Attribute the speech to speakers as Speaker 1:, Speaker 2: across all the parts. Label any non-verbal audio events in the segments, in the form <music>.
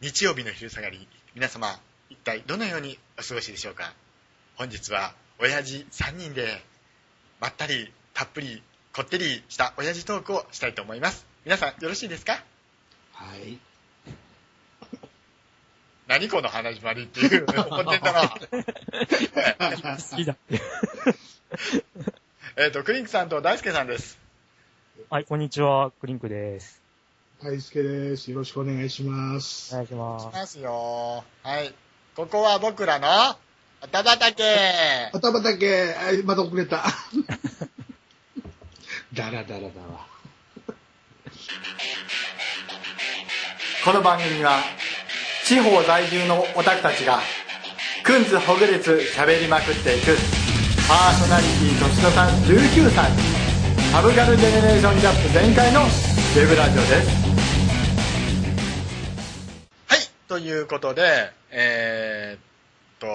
Speaker 1: 日曜日の昼下がり皆様一体どのようにお過ごしでしょうか本日は親父3人でまったりたっぷりこってりした親父トークをしたいと思います皆さんよろしいですか
Speaker 2: はい。
Speaker 1: 何この始まりっていう怒ってんだな
Speaker 3: 好きだ。
Speaker 1: えっとクリンクさんと大輔さんです
Speaker 3: はい、こんにちは。クリンクです。
Speaker 4: 大輔です。よろしくお願いします。
Speaker 3: お願いし
Speaker 1: し
Speaker 3: ます。
Speaker 1: ますよはいここは僕らの旗畑
Speaker 4: あたばたけ、あまた遅れた。 <laughs> だらだらだわ。
Speaker 5: この番組は地方在住のオタクたちがくんずほぐれつ喋りまくっていくパーソナリティ年のさん19歳サブカルジェネレーションギャップ全開のウェブラジオです
Speaker 1: はい、ということで、えー、っ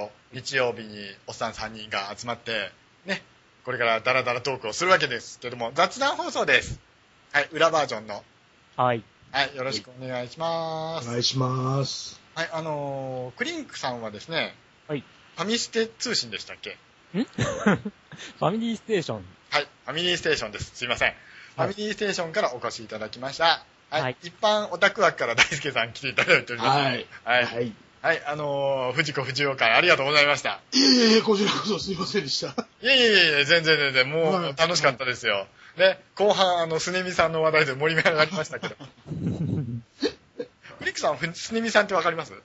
Speaker 1: と、日曜日におっさん3人が集まって、ね、これからダラダラトークをするわけですけども、雑談放送です。はい、裏バージョンの。
Speaker 3: はい。
Speaker 1: はい、よろしくお願いしま
Speaker 4: お
Speaker 1: す。
Speaker 4: 願いします。
Speaker 1: はい、あのークリンクさんはですね、
Speaker 3: はい。
Speaker 1: ファミステ通信でしたっけ
Speaker 3: ん <laughs> ファミリーステーション。
Speaker 1: はい、ファミリーステーションです。すいません。ファミリーステーションからお越しいただきました。はい、
Speaker 3: はい
Speaker 1: 一般オタク枠から大輔さん来ていただいております。
Speaker 4: はい。
Speaker 1: はい、は、
Speaker 4: はいい。
Speaker 1: あのー藤子不二雄会ありがとうございました。
Speaker 4: いえいえいえ、こちらこそすいませんでした。
Speaker 1: いやいやいや、全然全然、も
Speaker 4: は
Speaker 1: う
Speaker 4: い
Speaker 1: 楽しかったですよ。ね、後半、あの、すねみさんの話題で盛り上がりましたけど。フリックさん、ふすねみさんってわかります
Speaker 3: い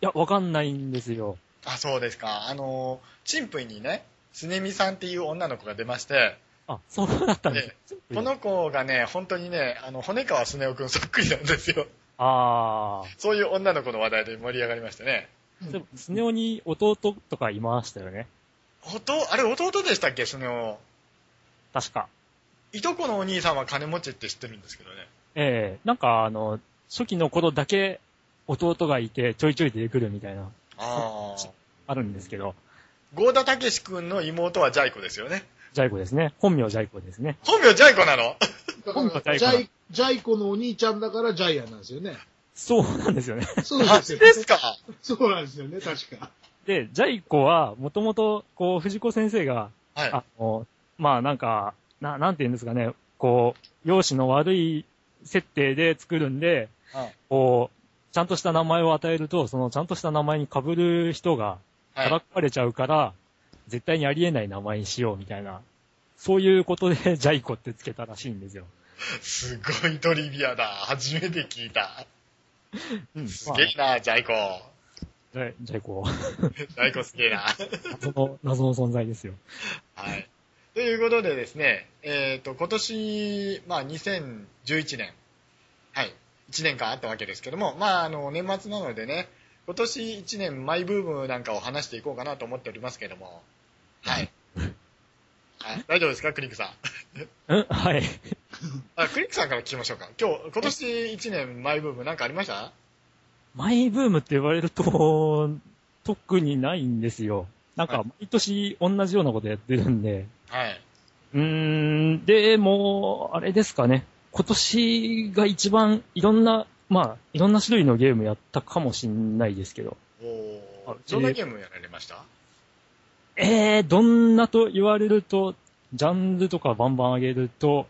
Speaker 3: や、わかんないんですよ。
Speaker 1: あ、そうですか。あの、チンプイにね、すねみさんっていう女の子が出まして、
Speaker 3: あ、そうだったんです
Speaker 1: で。この子がね、本当にね、あの、骨川すねおくんそっくりなんですよ。 <laughs>
Speaker 3: あ
Speaker 1: そういう女の子の話題で盛り上がりましてね。
Speaker 3: ー。でも、スネ夫に弟とかいましたよね。
Speaker 1: 弟、あれ弟でしたっけ、すねお。
Speaker 3: 確か。
Speaker 1: いとこのお兄さんは金持ちって知ってるんですけどね。
Speaker 3: ええなんか、あの、初期の頃だけ弟がいてちょいちょい出てくるみたいな、
Speaker 1: ああ。
Speaker 3: あるんですけど、
Speaker 1: ゴーダたけし君の妹はジャイ子ですよね。
Speaker 3: ジャイコですね。本名ジャイコですね。
Speaker 1: <laughs> 本名ジャイ子なの
Speaker 4: だ
Speaker 3: 今度
Speaker 4: か
Speaker 3: はジャ
Speaker 4: ら、ジ
Speaker 3: イコだ
Speaker 4: ャイ、ジャイコのお兄ちゃんだからジャイアンなんですよね。
Speaker 3: そうなんですよね。
Speaker 4: そう
Speaker 1: あ
Speaker 4: ですよ。
Speaker 1: ですか
Speaker 4: <laughs> そうなんですよね、確か。
Speaker 3: で、ジャイコは、もともと、こう、藤子先生が、
Speaker 1: はい。
Speaker 3: あの、まあなんか、な、なんて言うんですかね、こう、容姿の悪い設定で作るんで、
Speaker 1: はい
Speaker 3: こう、ちゃんとした名前を与えると、そのちゃんとした名前に被る人が、
Speaker 1: はい
Speaker 3: からかれちゃうから、絶対にありえない名前にしようみたいな、そういうことで <laughs> ジャイコってつけたらしいんですよ。
Speaker 1: すごいトリビアだ。初めて聞いた。
Speaker 3: うん。
Speaker 1: すげえな、ジャイ子。
Speaker 3: まあジャイジャイコ、
Speaker 1: ジャイ子すげえな。
Speaker 3: 謎の、 <laughs> 謎の存在ですよ。
Speaker 1: はい。ということでですね、えっ、と、今年、まあ、2011年、はい、1年間あったわけですけども、まあ、あの、年末なのでね、今年1年マイブームなんかを話していこうかなと思っておりますけども、はい。 <laughs> はい、大丈夫ですか、クリックさん。
Speaker 3: うんはい。
Speaker 1: あ、クリックさんから聞きましょうか。今日、今年1年マイブームなんかありました
Speaker 3: マイブームって言われると、特にないんですよ。なんか、毎年同じようなことやってるんで、
Speaker 1: はい。
Speaker 3: うーん、でも、あれですかね。今年が一番いろんな、まあ、いろんな種類のゲームやったかもしんないですけど。
Speaker 1: おお
Speaker 3: あ。
Speaker 1: どんなゲームやられました、
Speaker 3: えー、どんなと言われると、ジャンルとかバンバン上げると、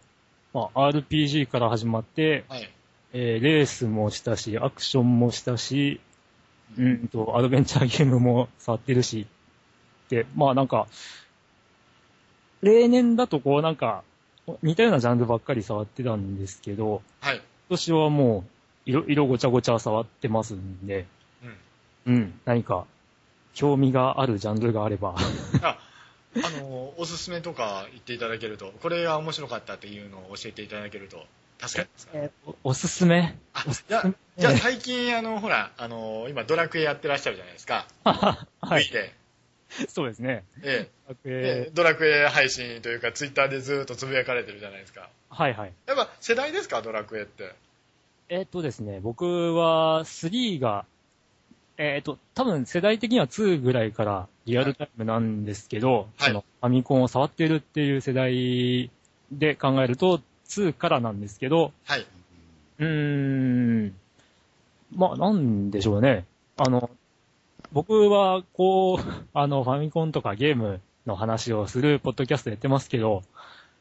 Speaker 3: まあ、RPG から始まって、
Speaker 1: はい。
Speaker 3: えーレースもしたし、アクションもしたし、うんと、アドベンチャーゲームも触ってるし、で、まあなんか、例年だとこうなんか、似たようなジャンルばっかり触ってたんですけど、
Speaker 1: はい。
Speaker 3: 今年はもう、色、色ごちゃごちゃ触ってますんで、うん、何か、興味があるジャンルがあれば、
Speaker 1: うん。あの、おすすめとか言っていただけると、これが面白かったっていうのを教えていただけると、助かりますか
Speaker 3: おお <laughs> すすめ
Speaker 1: あ、じゃあ、じゃあ最近、あの、ほら、あの、今、ドラクエやってらっしゃるじゃないですか。
Speaker 3: は
Speaker 1: Wii
Speaker 3: い、
Speaker 1: で。
Speaker 3: そうですね。
Speaker 1: ええ
Speaker 3: え
Speaker 1: でドラクエ配信というか、ツイッターでずっとつぶやかれてるじゃないですか。
Speaker 3: ーはいはい。
Speaker 1: やっぱ、世代ですか、ドラクエって。
Speaker 3: えーっとですね、僕は3が、えーっと、多分世代的には2ぐらいからリアルタイムなんですけど、
Speaker 1: はい
Speaker 3: そのファミコンを触ってるっていう世代で考えると2からなんですけど、
Speaker 1: はい。
Speaker 3: うーん、まあ、なんでしょうね。あの、僕は、こう、 <laughs> あの、ファミコンとかゲームの話をするポッドキャストやってますけど、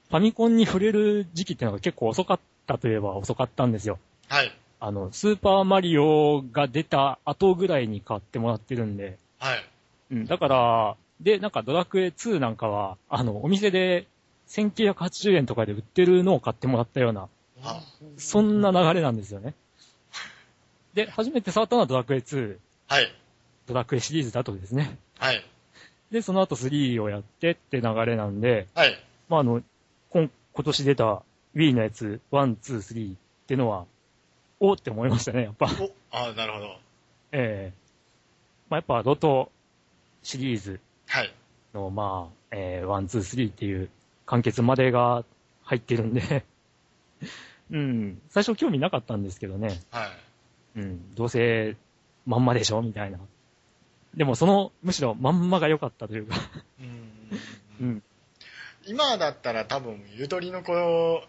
Speaker 3: ファミコンに触れる時期ってのが結構遅かったといえば遅かったんですよ。
Speaker 1: はい。
Speaker 3: あの、スーパーマリオが出た後ぐらいに買ってもらってるんで、
Speaker 1: はい。
Speaker 3: うん、だから、で、なんかドラクエ2なんかは、あの、お店で1980円とかで売ってるのを買ってもらったような、
Speaker 1: あ、
Speaker 3: そんな流れなんですよね。で、初めて触ったのはドラクエ2、
Speaker 1: はい。
Speaker 3: ドラクエシリーズだとですね。
Speaker 1: はい。
Speaker 3: で、その後3をやってって流れなんで、
Speaker 1: はい。
Speaker 3: まあ、あの、今、今年出た Wii のやつ、1、2、3ってのは、おーって思いましたね、やっぱ。
Speaker 1: お、あなるほど。
Speaker 3: ええまあ、やっぱ、ロトシリーズ
Speaker 1: はい。
Speaker 3: の、まあ、えー、ワン、ツー、スリーっていう完結までが入ってるんで、 <laughs> うん、最初興味なかったんですけどね、
Speaker 1: はい。
Speaker 3: うん、どうせ、まんまでしょみたいな。でも、その、むしろ、まんまが良かったというか、
Speaker 1: う
Speaker 3: うんん、
Speaker 1: 今だったら多分、ゆとりの子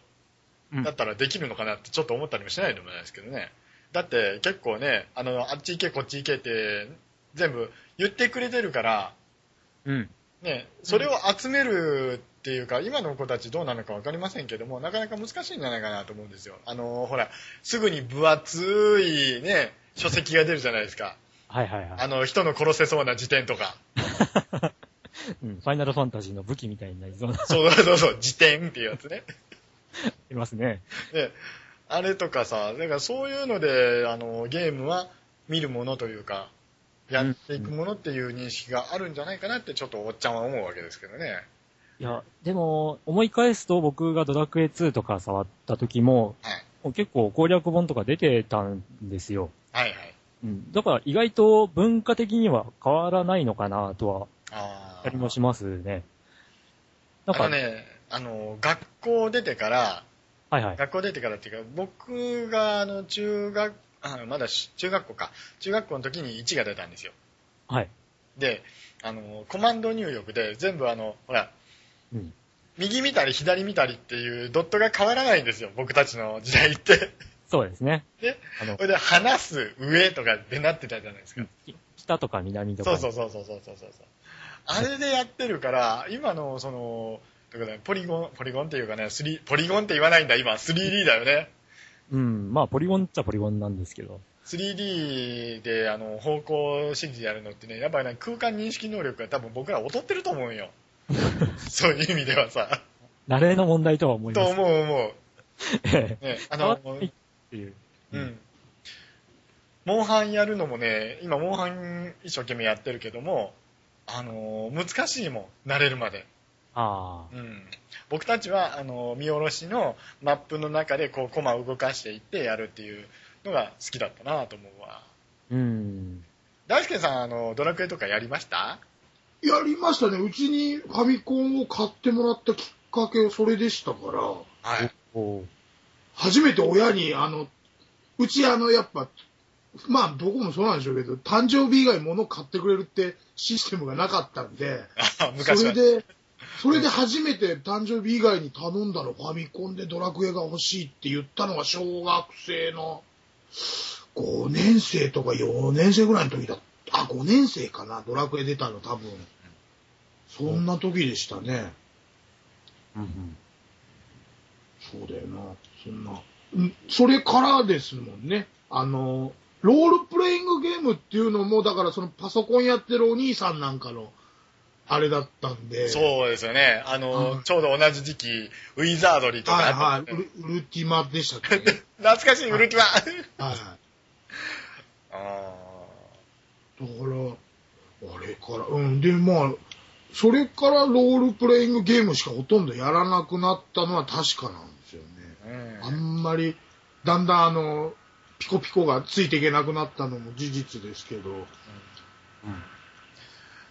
Speaker 3: うん
Speaker 1: だったらできるのかなってちょっと思ったりもしないでもないですけどね。だって結構ね、あの、あっち行け、こっち行けって全部言ってくれてるから、
Speaker 3: うん、
Speaker 1: ね、それを集めるっていうか、今の子たちどうなのか分かりませんけども、なかなか難しいんじゃないかなと思うんですよ。あの、ほら、すぐに分厚いね、書籍が出るじゃないですか。
Speaker 3: はいはいは
Speaker 1: あ
Speaker 3: い。
Speaker 1: の、人の殺せそうな辞典とか。
Speaker 3: うん、ファイナルファンタジーの武器みたいになりそうな、
Speaker 1: そうそうそう、辞典っていうやつね。
Speaker 3: いますね。
Speaker 1: ね、あれとかさ、だからそういうので、あの、ゲームは見るものというか、やっていくものっていう認識があるんじゃないかなってちょっとおっちゃんは思うわけですけどね。
Speaker 3: いや、でも、思い返すと僕がドラクエ2とか触った時も、
Speaker 1: はい。
Speaker 3: もう結構攻略本とか出てたんですよ。
Speaker 1: はいはい。
Speaker 3: うんだから意外と文化的には変わらないのかなとは、
Speaker 1: あ
Speaker 3: ありもしますね。なん
Speaker 1: あ
Speaker 3: か、
Speaker 1: のね、あの、学校出てから、
Speaker 3: はいはい。
Speaker 1: 学校出てからっていうか、僕が、あの、中学、あまだし中学校か。中学校の時に1が出たんですよ。
Speaker 3: はい。
Speaker 1: で、あの、コマンド入力で全部あの、ほら、
Speaker 3: うん
Speaker 1: 右見たり左見たりっていうドットが変わらないんですよ、僕たちの時代って。
Speaker 3: そうですね。
Speaker 1: ね
Speaker 3: あの
Speaker 1: そ、れで、話す上とかでなってたじゃないですか。
Speaker 3: き北とか南と
Speaker 1: そ
Speaker 3: か。
Speaker 1: うそうそうそうそうそうそう。あれでやってるから、今のその、だからポリゴン、ポリゴンっていうかね、スリーポリゴンって言わないんだ、今、3D だよね。
Speaker 3: うん。まあ、ポリゴンっちゃポリゴンなんですけど。
Speaker 1: 3D であの方向指示やるのってね、やっぱりね、空間認識能力が多分僕ら劣ってると思うん
Speaker 3: <laughs>
Speaker 1: よ。そういう意味ではさ。
Speaker 3: 慣れの問題とは思い
Speaker 1: と
Speaker 3: ます。
Speaker 1: 思う思
Speaker 3: え
Speaker 1: う。ね、あ
Speaker 3: え変わ
Speaker 1: の
Speaker 3: っ、ないっていう。
Speaker 1: うん。モンハンやるのもね、今モンハン一生懸命やってるけども、あのー難しいもん、慣れるまで。
Speaker 3: ああ。
Speaker 1: うん。僕たちは、あのー見下ろしのマップの中で、こう、コマを動かしていってやるっていうのが好きだったなと思うわ。
Speaker 3: うん。
Speaker 1: 大輔さん、あの、ドラクエとかやりました
Speaker 4: やりましたね。うちにファミコンを買ってもらったきっかけ、それでしたから、
Speaker 1: はい。
Speaker 3: お
Speaker 4: 初めて親に、あの、うちあの、やっぱ、まあ、どこもそうなんでしょうけど、誕生日以外物を買ってくれるってシステムがなかったんで、
Speaker 1: あ <laughs>
Speaker 4: そ
Speaker 1: 昔は
Speaker 4: れ。で、それで初めて誕生日以外に頼んだのファミコンでドラクエが欲しいって言ったのが小学生の5年生とか4年生ぐらいの時だあ、5年生かな、ドラクエ出たの多分。そんな時でしたね。
Speaker 3: うんうん。
Speaker 4: そうだよな。そんな。うんそれからですもんね。あの、ロールプレイングゲームっていうのも、だからそのパソコンやってるお兄さんなんかの、あれだったんで。
Speaker 1: そうですよね。あの、
Speaker 4: うん
Speaker 1: ちょうど同じ時期、ウィザードリーとか
Speaker 4: はい
Speaker 1: あ
Speaker 4: は
Speaker 1: っ
Speaker 4: い。
Speaker 1: たんで、
Speaker 4: ウルウルティマでしたっけ、ね、
Speaker 1: 懐かしい、ウルキマ。
Speaker 4: はいはい。
Speaker 1: <laughs> あ
Speaker 4: だから、あれから、うん、で、まあ、それからロールプレイングゲームしかほとんどやらなくなったのは確かなんですよね。
Speaker 1: ーうん
Speaker 4: あんまり、だんだんあの、ピコピコがついていけなくなったのも事実ですけど、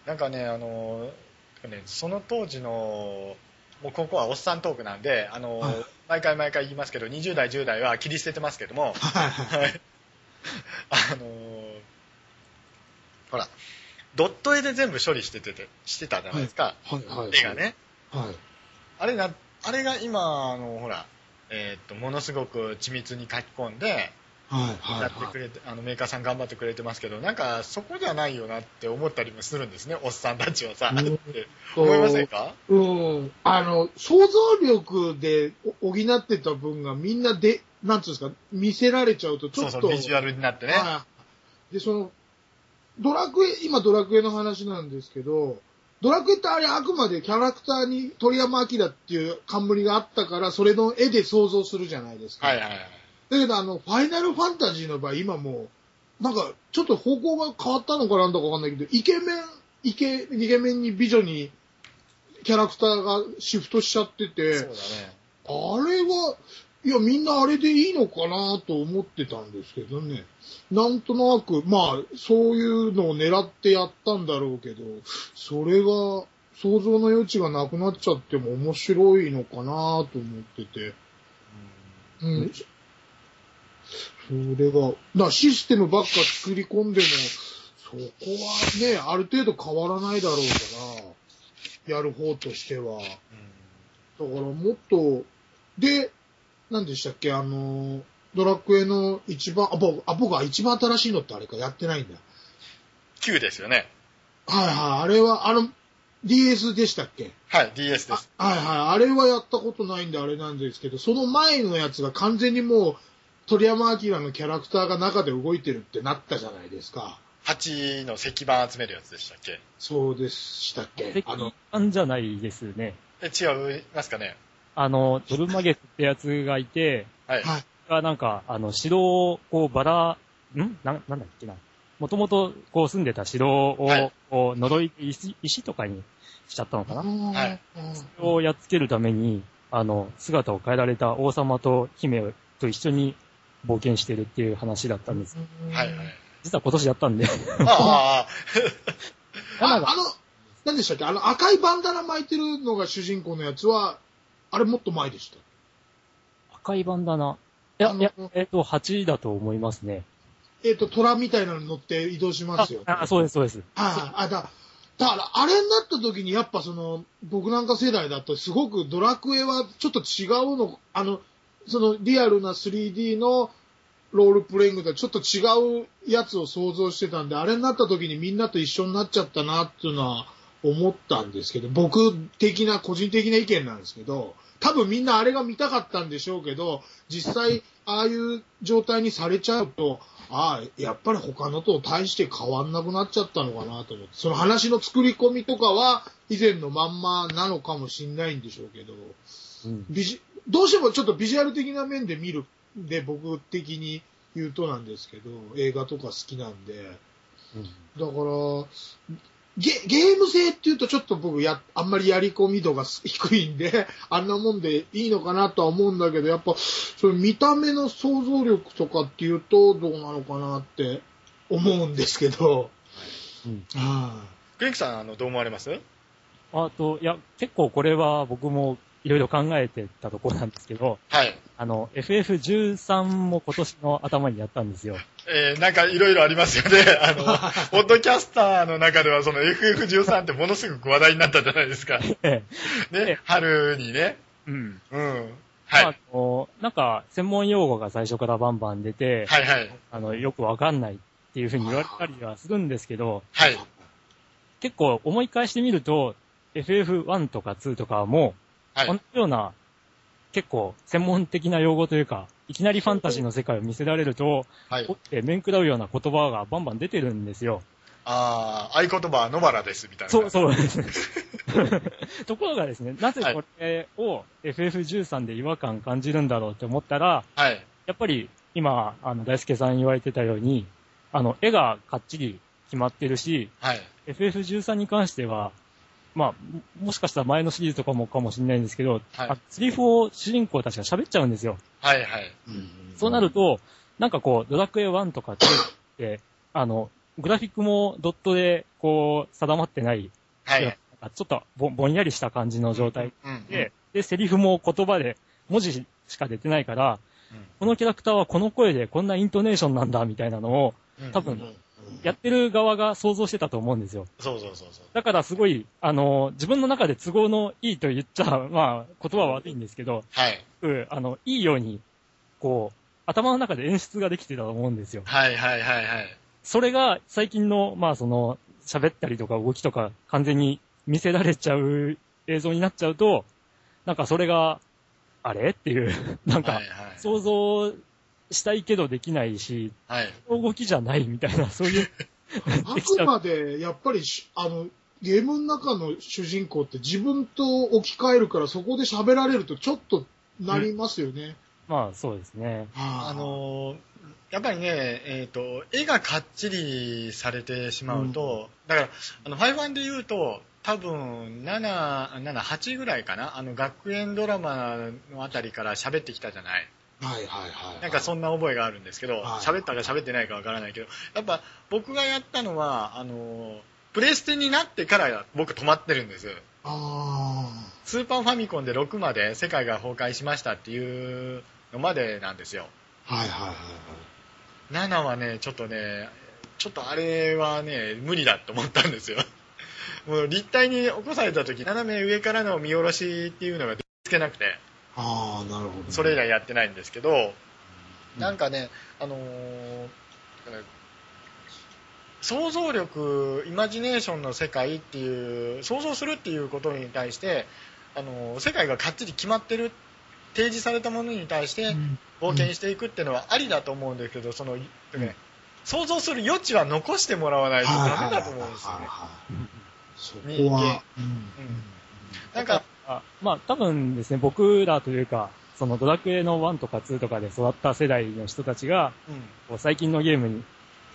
Speaker 1: なんかね、あの、ねその当時の、もうここはおっさんトークなんで、あの
Speaker 4: はい、
Speaker 1: 毎回毎回言いますけど、20代、10代は切り捨ててますけども、
Speaker 4: はいはい。
Speaker 1: はい <laughs> あのーほら、ドット絵で全部処理しててて、してたじゃないですか、
Speaker 4: はいはい。
Speaker 1: 絵が。ね。
Speaker 4: はい。
Speaker 1: あれな、あれが今、あの、ほら、えーっと、ものすごく緻密に書き込んで、
Speaker 4: はいはい
Speaker 1: やってく
Speaker 4: はい。
Speaker 1: れて、あのメーカーさん頑張ってくれてますけど、なんかそこじゃないよなって思ったりもするんですね、おっさんたちはさ。
Speaker 4: うん
Speaker 1: って思いませんか
Speaker 4: うん。あの、想像力で補ってた分がみんなで、なんつうんですか、見せられちゃうとちょ
Speaker 1: そ
Speaker 4: っ
Speaker 1: う
Speaker 4: と。
Speaker 1: そう、ビジュアルになってね。
Speaker 4: はいで、その、ドラクエ、今ドラクエの話なんですけど、ドラクエってあれあくまでキャラクターに鳥山明っていう冠があったから、それの絵で想像するじゃないですか。
Speaker 1: はいはいはい。
Speaker 4: だけど、あの、ファイナルファンタジーの場合、今もう、なんか、ちょっと方向が変わったのかなんだかわかんないけど、イケメン、イケ、イケメンに美女に、キャラクターがシフトしちゃって
Speaker 1: そうだ
Speaker 4: て
Speaker 1: ね、。
Speaker 4: あれは、いや、みんなあれでいいのかなと思ってたんですけどね。なんとなく、まあ、そういうのを狙ってやったんだろうけど、それが、想像の余地がなくなっちゃっても面白いのかなと思ってて。うん。それが、なシステムばっか作り込んでも、そこはね、ある程度変わらないだろうから、やる方としては。だか
Speaker 1: う
Speaker 4: らもっと、で、何でしたっけ、あの、ドラクエの一番、あ、僕、あ僕は一番新しいのってあれか、やってないんだ。
Speaker 1: ん9ですよね。
Speaker 4: はいはい、あれは、あの、DS でしたっけ
Speaker 1: はい、DS です。
Speaker 4: あはいはい。あれはやったことないんであれなんですけど、その前のやつが完全にもう、鳥山明のキャラクターが中で動いてるってなったじゃないですか。
Speaker 1: 8の石板集めるやつでしたっけ
Speaker 4: そうでしたっけ
Speaker 3: 石
Speaker 4: あの、
Speaker 3: 板じゃないですね。
Speaker 1: え、違いますかね
Speaker 3: あの、ドルマゲスってやつがいて、
Speaker 1: はい。
Speaker 4: はい
Speaker 3: がなんか、あの、城を、こう、ばら、んな、なんだっけな。もともと、こう、住んでた城を、
Speaker 1: はい
Speaker 3: こう、呪い、石、石とかにしちゃったのかな。
Speaker 1: はい
Speaker 3: それをやっつけるために、あの、姿を変えられた王様と姫と一緒に冒険してるっていう話だったんです。
Speaker 1: はいはい。
Speaker 3: 実は今年やったんで。
Speaker 1: ああ、あ
Speaker 4: ああの、何でしたっけあの赤いバンダナ巻いてるのが主人公のやつは、あれもっと前でした。
Speaker 3: 赤い版だな。いや、
Speaker 4: あの
Speaker 3: いや、えっ、と、8だと思いますね。
Speaker 4: えっ、と、虎みたいなのに乗って移動しますよ。
Speaker 3: ああ、そうです、そうです。
Speaker 4: ああ、だ、だから、あれになった時に、やっぱその、僕なんか世代だと、すごくドラクエはちょっと違うの、あの、そのリアルな 3D のロールプレイングとはちょっと違うやつを想像してたんで、あれになった時にみんなと一緒になっちゃったなっていうのは思ったんですけど、僕的な、個人的な意見なんですけど、多分みんなあれが見たかったんでしょうけど、実際、ああいう状態にされちゃうと、ああ、やっぱり他のと大して変わんなくなっちゃったのかなと思って、その話の作り込みとかは以前のまんまなのかもしんないんでしょうけど、
Speaker 3: うん
Speaker 4: ビジどうしてもちょっとビジュアル的な面で見るで、僕的に言うとなんですけど、映画とか好きなんで、だから、ゲゲーム性っていうとちょっと僕や、あんまりやり込み度が低いんで、 <laughs> あんなもんでいいのかなとは思うんだけど、やっぱ、その見た目の想像力とかっていうとどうなのかなって思うんですけど、
Speaker 3: うん
Speaker 4: は。
Speaker 1: あ。クリンクさん、あの、どう思われます
Speaker 3: あと、いや、結構これは僕もいろいろ考えてたところなんですけど、
Speaker 1: はい。
Speaker 3: あの、FF13 も今年の頭にやったんですよ。
Speaker 1: えーなんかいろいろありますよね。あの、ポッドキャスターの中では、その FF13 ってものすごく話題になったじゃないですか。
Speaker 3: ええ
Speaker 1: ね、春にね。
Speaker 3: <laughs> うん。
Speaker 1: <laughs> うん。
Speaker 3: ま
Speaker 1: はい。
Speaker 3: ああの、なんか、専門用語が最初からバンバン出て、
Speaker 1: はいはい。
Speaker 3: あの、よくわかんないっていうふうに言われたりはするんですけど、
Speaker 1: はいい。
Speaker 3: 結構思い返してみると、FF1 とか2とかも、
Speaker 1: はい
Speaker 3: 同じような、結構専門的な用語というか、いきなりファンタジーの世界を見せられると、
Speaker 1: はい
Speaker 3: お。って面食らうような言葉がバンバン出てるんですよ。
Speaker 1: ああ、合言葉は野原です、みたいな。
Speaker 3: そ
Speaker 1: <laughs>
Speaker 3: う、そうですね。ところがですね、なぜこれを FF13 で違和感感じるんだろうって思ったら、
Speaker 1: はい。
Speaker 3: やっぱり今、あの、大輔さん言われてたように、あの、絵がかっちり決まってるし、
Speaker 1: はい。
Speaker 3: FF13 に関しては、まあ、ももしかしたら前のシリーズとかもかもしれないんですけど、
Speaker 1: はい
Speaker 3: あツリフォー主人公たちが喋っちゃうんですよ。
Speaker 1: はいはい。
Speaker 3: そうなると、なんかこう、ドラクエ1とか2って、あの、グラフィックもドットで、こう、定まってない、
Speaker 1: はい。
Speaker 3: なんかちょっとぼぼんやりした感じの状態
Speaker 1: うん。
Speaker 3: で、で、セリフも言葉で、文字しか出てないから、
Speaker 1: うん
Speaker 3: このキャラクターはこの声でこんなイントネーションなんだ、みたいなのを、
Speaker 1: うん
Speaker 3: 多分、やってる側が想像してたと思うんですよ。
Speaker 1: そうそうそうそう。
Speaker 3: だからすごい、あの、自分の中で都合のいいと言っちゃ、まあ、言葉は悪いんですけど、
Speaker 1: はい。
Speaker 3: うんあの、いいように、こう、頭の中で演出ができてたと思うんですよ。
Speaker 1: はいはいはいはい。
Speaker 3: それが最近の、まあその、喋ったりとか動きとか完全に見せられちゃう映像になっちゃうと、なんかそれが、あれっていう、 <laughs> なん
Speaker 1: は
Speaker 3: か
Speaker 1: い、はい。
Speaker 3: 想像したいけどできないし、
Speaker 1: はい。
Speaker 3: 動きじゃないみたいな、そういう、 <laughs>
Speaker 4: あくまで、やっぱりし、あの、ゲームの中の主人公って自分と置き換えるから、そこで喋られるとちょっとなりますよね。
Speaker 3: まあそうですね。
Speaker 4: あ
Speaker 1: あ、のーやっぱりね、えっ、と、絵がかっちりされてしまうと、だから、あの、ファイファンで言うと、多分、7、7、8ぐらいかな、あの、学園ドラマのあたりから喋ってきたじゃない。
Speaker 4: はいはいはい。
Speaker 1: なんかそ
Speaker 4: の、
Speaker 1: んな覚えがあるんですけど、
Speaker 4: はい
Speaker 1: 喋ったか喋ってないかわからないけど、やっぱ僕がやったのは、あの、プレステになってから僕止まってるんです。
Speaker 4: あ
Speaker 1: スーパーファミコンで6まで世界が崩壊しましたっていうのまでなんですよ。
Speaker 4: あ、はいはいはいはい。
Speaker 1: 7はね、ちょっとね、ちょっとあれはね、無理だと思ったんですよ。 <laughs> もう立体に起こされた時、斜め上からの見下ろしっていうのができつけなくて、
Speaker 4: ああ、なるほど、
Speaker 1: それ以
Speaker 4: 来。
Speaker 1: 来やってないんですけど、
Speaker 4: うん
Speaker 1: なんかね、あのーだから想像力、イマジネーションの世界っていう、想像するっていうことに対して、あのー世界がかっちり決まってる、提示されたものに対して、冒険していくっていうのはありだと思うんですけど、その、ね想像する余地は残してもらわないと
Speaker 4: はいは
Speaker 1: ダ
Speaker 4: い
Speaker 1: メ
Speaker 4: は
Speaker 1: だ
Speaker 4: い
Speaker 1: と思うんですよね。
Speaker 4: はいはい。そこは、うん
Speaker 1: うんなんか、
Speaker 3: あまあ多分ですね、僕らというか、そのドラクエの1とか2とかで育った世代の人たちが、
Speaker 1: うん
Speaker 3: こう最近のゲームに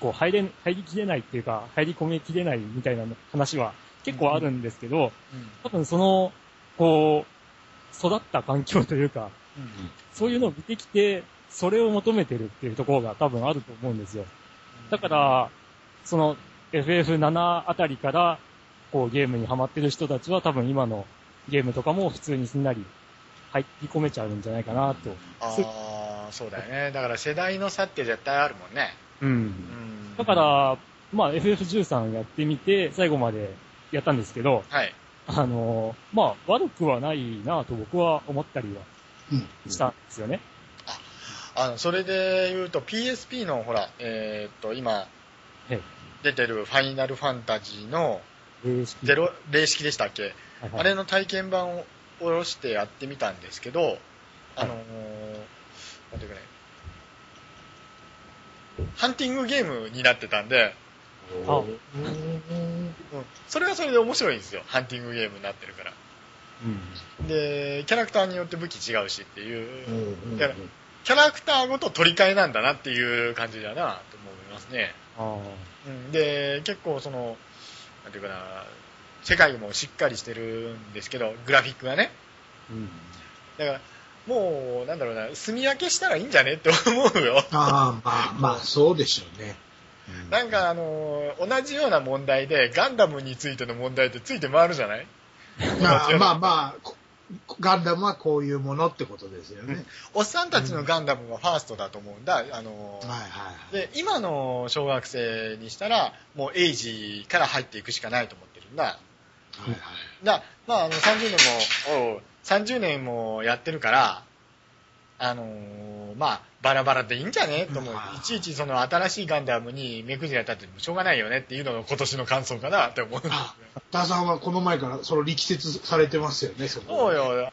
Speaker 3: こう入れん入りきれないっていうか、入り込みきれないみたいな話は結構あるんですけど、多分その、こう、育った環境というか、
Speaker 1: うん
Speaker 3: そういうのを見てきて、それを求めてるっていうところが多分あると思うんですよ。だか、ら、その FF7 あたりから、こうゲームにハマってる人たちは多分今のゲームとかも普通にすんなり入り込めちゃうんじゃないかなと。
Speaker 1: ああ、そうだよね。だから世代の差って絶対あるもんね。
Speaker 3: うん
Speaker 1: うん
Speaker 3: だか、ら、まあ FF13 やってみて、最後までやったんですけど、
Speaker 1: はい。
Speaker 3: あのーまあ悪くはないなと僕は思ったりはしたんですよね。
Speaker 1: あの、それで言うと PSP のほら、えーっと、今
Speaker 3: はい、
Speaker 1: 出てるファイナルファンタジーの
Speaker 3: 零式
Speaker 1: ゼロ、零式でしたっけ
Speaker 3: はいはい
Speaker 1: あれの体験版を下ろしてやってみたんですけど、あのー、なんていうかね、ハンティングゲームになってたんで、
Speaker 3: あ
Speaker 4: うん
Speaker 1: うん、それはそれで面白いんですよ。ハンティングゲームになってるから。
Speaker 3: うん
Speaker 1: で、キャラクターによって武器違うしって
Speaker 4: う
Speaker 1: いう、
Speaker 4: んうん
Speaker 1: だからキャラクターごと取り替えなんだなっていう感じだなと思いますね。
Speaker 3: あ
Speaker 1: うん、で、結構その、なんていうかな、世界もしっかりしてるんですけど、グラフィックがね。
Speaker 3: ーうん
Speaker 1: だから、もう、なんだろうな、住み分けしたらいいんじゃねって思うよ。 <laughs>
Speaker 4: ああ、まあまあ、そうでしょうね。
Speaker 1: なんか、あのー同じような問題で、ガンダムについての問題ってついて回るじゃない
Speaker 4: まあまあまあ、こガンダムはこういうものってことですよね。
Speaker 1: おっさんたちのガンダムがファーストだと思うんだ。あのー
Speaker 4: はいはいはい。
Speaker 1: で、今の小学生にしたら、もうエイジから入っていくしかないと思ってるんだ。
Speaker 4: はいはい
Speaker 1: だ、まあ、あの、30年も、おう30年もやってるから、あのーまあ、バラバラでいいんじゃねと思う
Speaker 4: うん。
Speaker 1: いちいちその新しいガンダムに目くじら立ててもしょうがないよねっていうのが今年の感想かなって思う。
Speaker 4: あダさんはこの前からその力説されてますよね、そ
Speaker 1: そ
Speaker 4: こ
Speaker 1: うよ。
Speaker 4: だか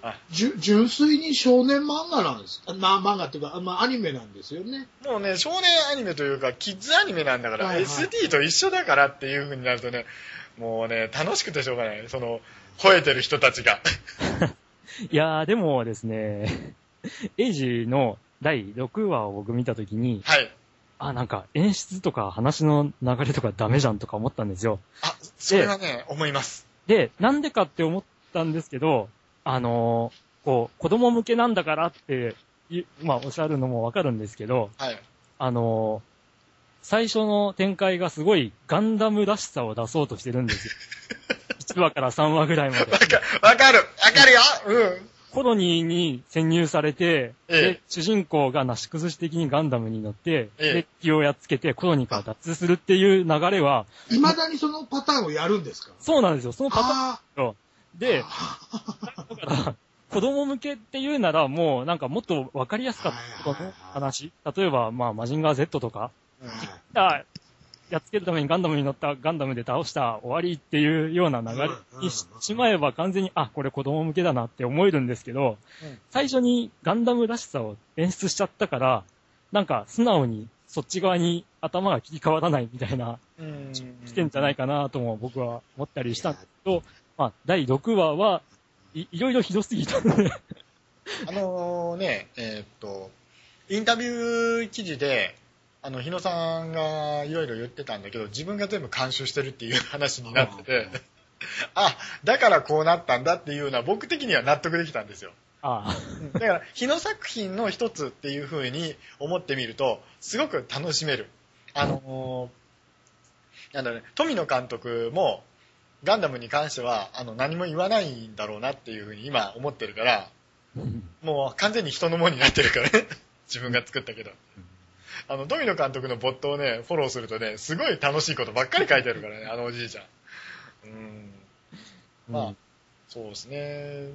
Speaker 1: あ
Speaker 4: らじゅ純粋に少年漫画なんです。まあ漫画っていうか、まあアニメなんですよね。
Speaker 1: もうね、少年アニメというか、キッズアニメなんだから、
Speaker 4: はいはい
Speaker 1: SD と一緒だからっていう風になるとね、もうね、楽しくてしょうがない。その、吠えてる人たちが。
Speaker 3: いやーでもですね、エイジの第6話を僕見たときに、
Speaker 1: はい。
Speaker 3: あ、なんか演出とか話の流れとかダメじゃんとか思ったんですよ。
Speaker 1: あ、それはね、思います。
Speaker 3: で、なんでかって思ったんですけど、あのーこう、子供向けなんだからってい、まあ、おっしゃるのもわかるんですけど、
Speaker 1: はい。
Speaker 3: あのー最初の展開がすごいガンダムらしさを出そうとしてるんです
Speaker 1: <laughs>
Speaker 3: よ。1話から3話ぐらいまで。
Speaker 1: わかわかるわかるようん。
Speaker 3: コロニーに潜入されて、
Speaker 1: ええ
Speaker 3: で、主人公がなし崩し的にガンダムに乗って、
Speaker 1: ええ
Speaker 3: で、敵をやっつけてコロニーから脱出するっていう流れは、
Speaker 4: 未だにそのパターンをやるんですか
Speaker 3: そうなんですよ。そのパターン
Speaker 4: あ
Speaker 3: と
Speaker 4: ー
Speaker 3: で、
Speaker 4: あ
Speaker 3: だから子供向けっていうなら、もうなんかもっとわかりやすかった
Speaker 4: はいはいはい
Speaker 3: 話。例えば、まあ、マジンガー Z とか、
Speaker 4: うん
Speaker 3: あやっつけるためにガンダムに乗った、ガンダムで倒した、終わりっていうような流れに
Speaker 4: う
Speaker 3: し
Speaker 4: んうんうん
Speaker 3: しまえば完全に、あ、これ子供向けだなって思えるんですけど
Speaker 1: うん、
Speaker 3: 最初にガンダムらしさを演出しちゃったから、なんか素直にそっち側に頭が切り替わらないみたいな、
Speaker 1: うん。
Speaker 3: 来てんじゃないいかなとも僕は思ったりしたんですけど、まあ、第6話はい、いろいろひどすぎたので、
Speaker 1: あのね、えーっと、インタビュー記事で、あの、日野さんがいろいろ言ってたんだけど、自分が全部監修してるっていう話になってて、あ、だからこうなったんだっていうのは僕的には納得できたんですよ。
Speaker 3: あ
Speaker 1: だから、日野作品の一つっていう風に思ってみると、すごく楽しめる。あのーなんだろうね、富野監督も、ガンダムに関しては、あの、何も言わないんだろうなっていう風に今思ってるから、
Speaker 3: あ、
Speaker 1: もう完全に人のもんになってるからね。 <laughs> 自分が作ったけど。あの、富野監督のボットをね、フォローするとね、すごい楽しいことばっかり書いてあるからね、あのおじいちゃん。うん。まあ、
Speaker 3: うん
Speaker 1: そうですね。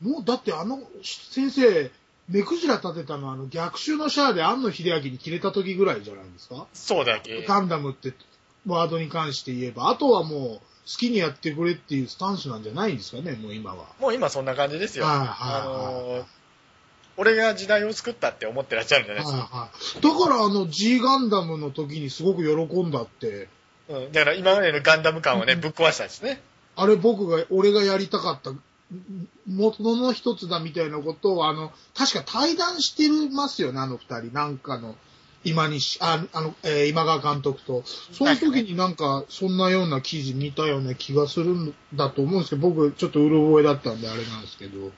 Speaker 4: もうだってあの先生、目くじら立てたのはあの逆襲のシャアで庵野秀明に切れた時ぐらいじゃないですか。
Speaker 1: そうだっけ。
Speaker 4: ガンダムってワードに関して言えば、あとはもう好きにやってくれっていうスタンスなんじゃないんですかね、もう今は。
Speaker 1: もう今そんな感じですよ。
Speaker 4: はいはい
Speaker 1: あ
Speaker 4: はい
Speaker 1: のー俺が時代を作ったって思ってらっしゃるんじゃないですか。
Speaker 4: はいはい、だからあの G ガンダムの時にすごく喜んだって、
Speaker 1: うん。だから今までのガンダム感をね、ぶっ壊したんですね。
Speaker 4: あれ僕が、俺がやりたかったものの一つだみたいなことを、あの、確か対談してますよね、あの二人。なんかの、今にし、ああの、えー今川監督と。そういう時になんか、そんなような記事見たような気がするんだと思うんですけど、僕ちょっとうろ覚えだったんであれなんですけど。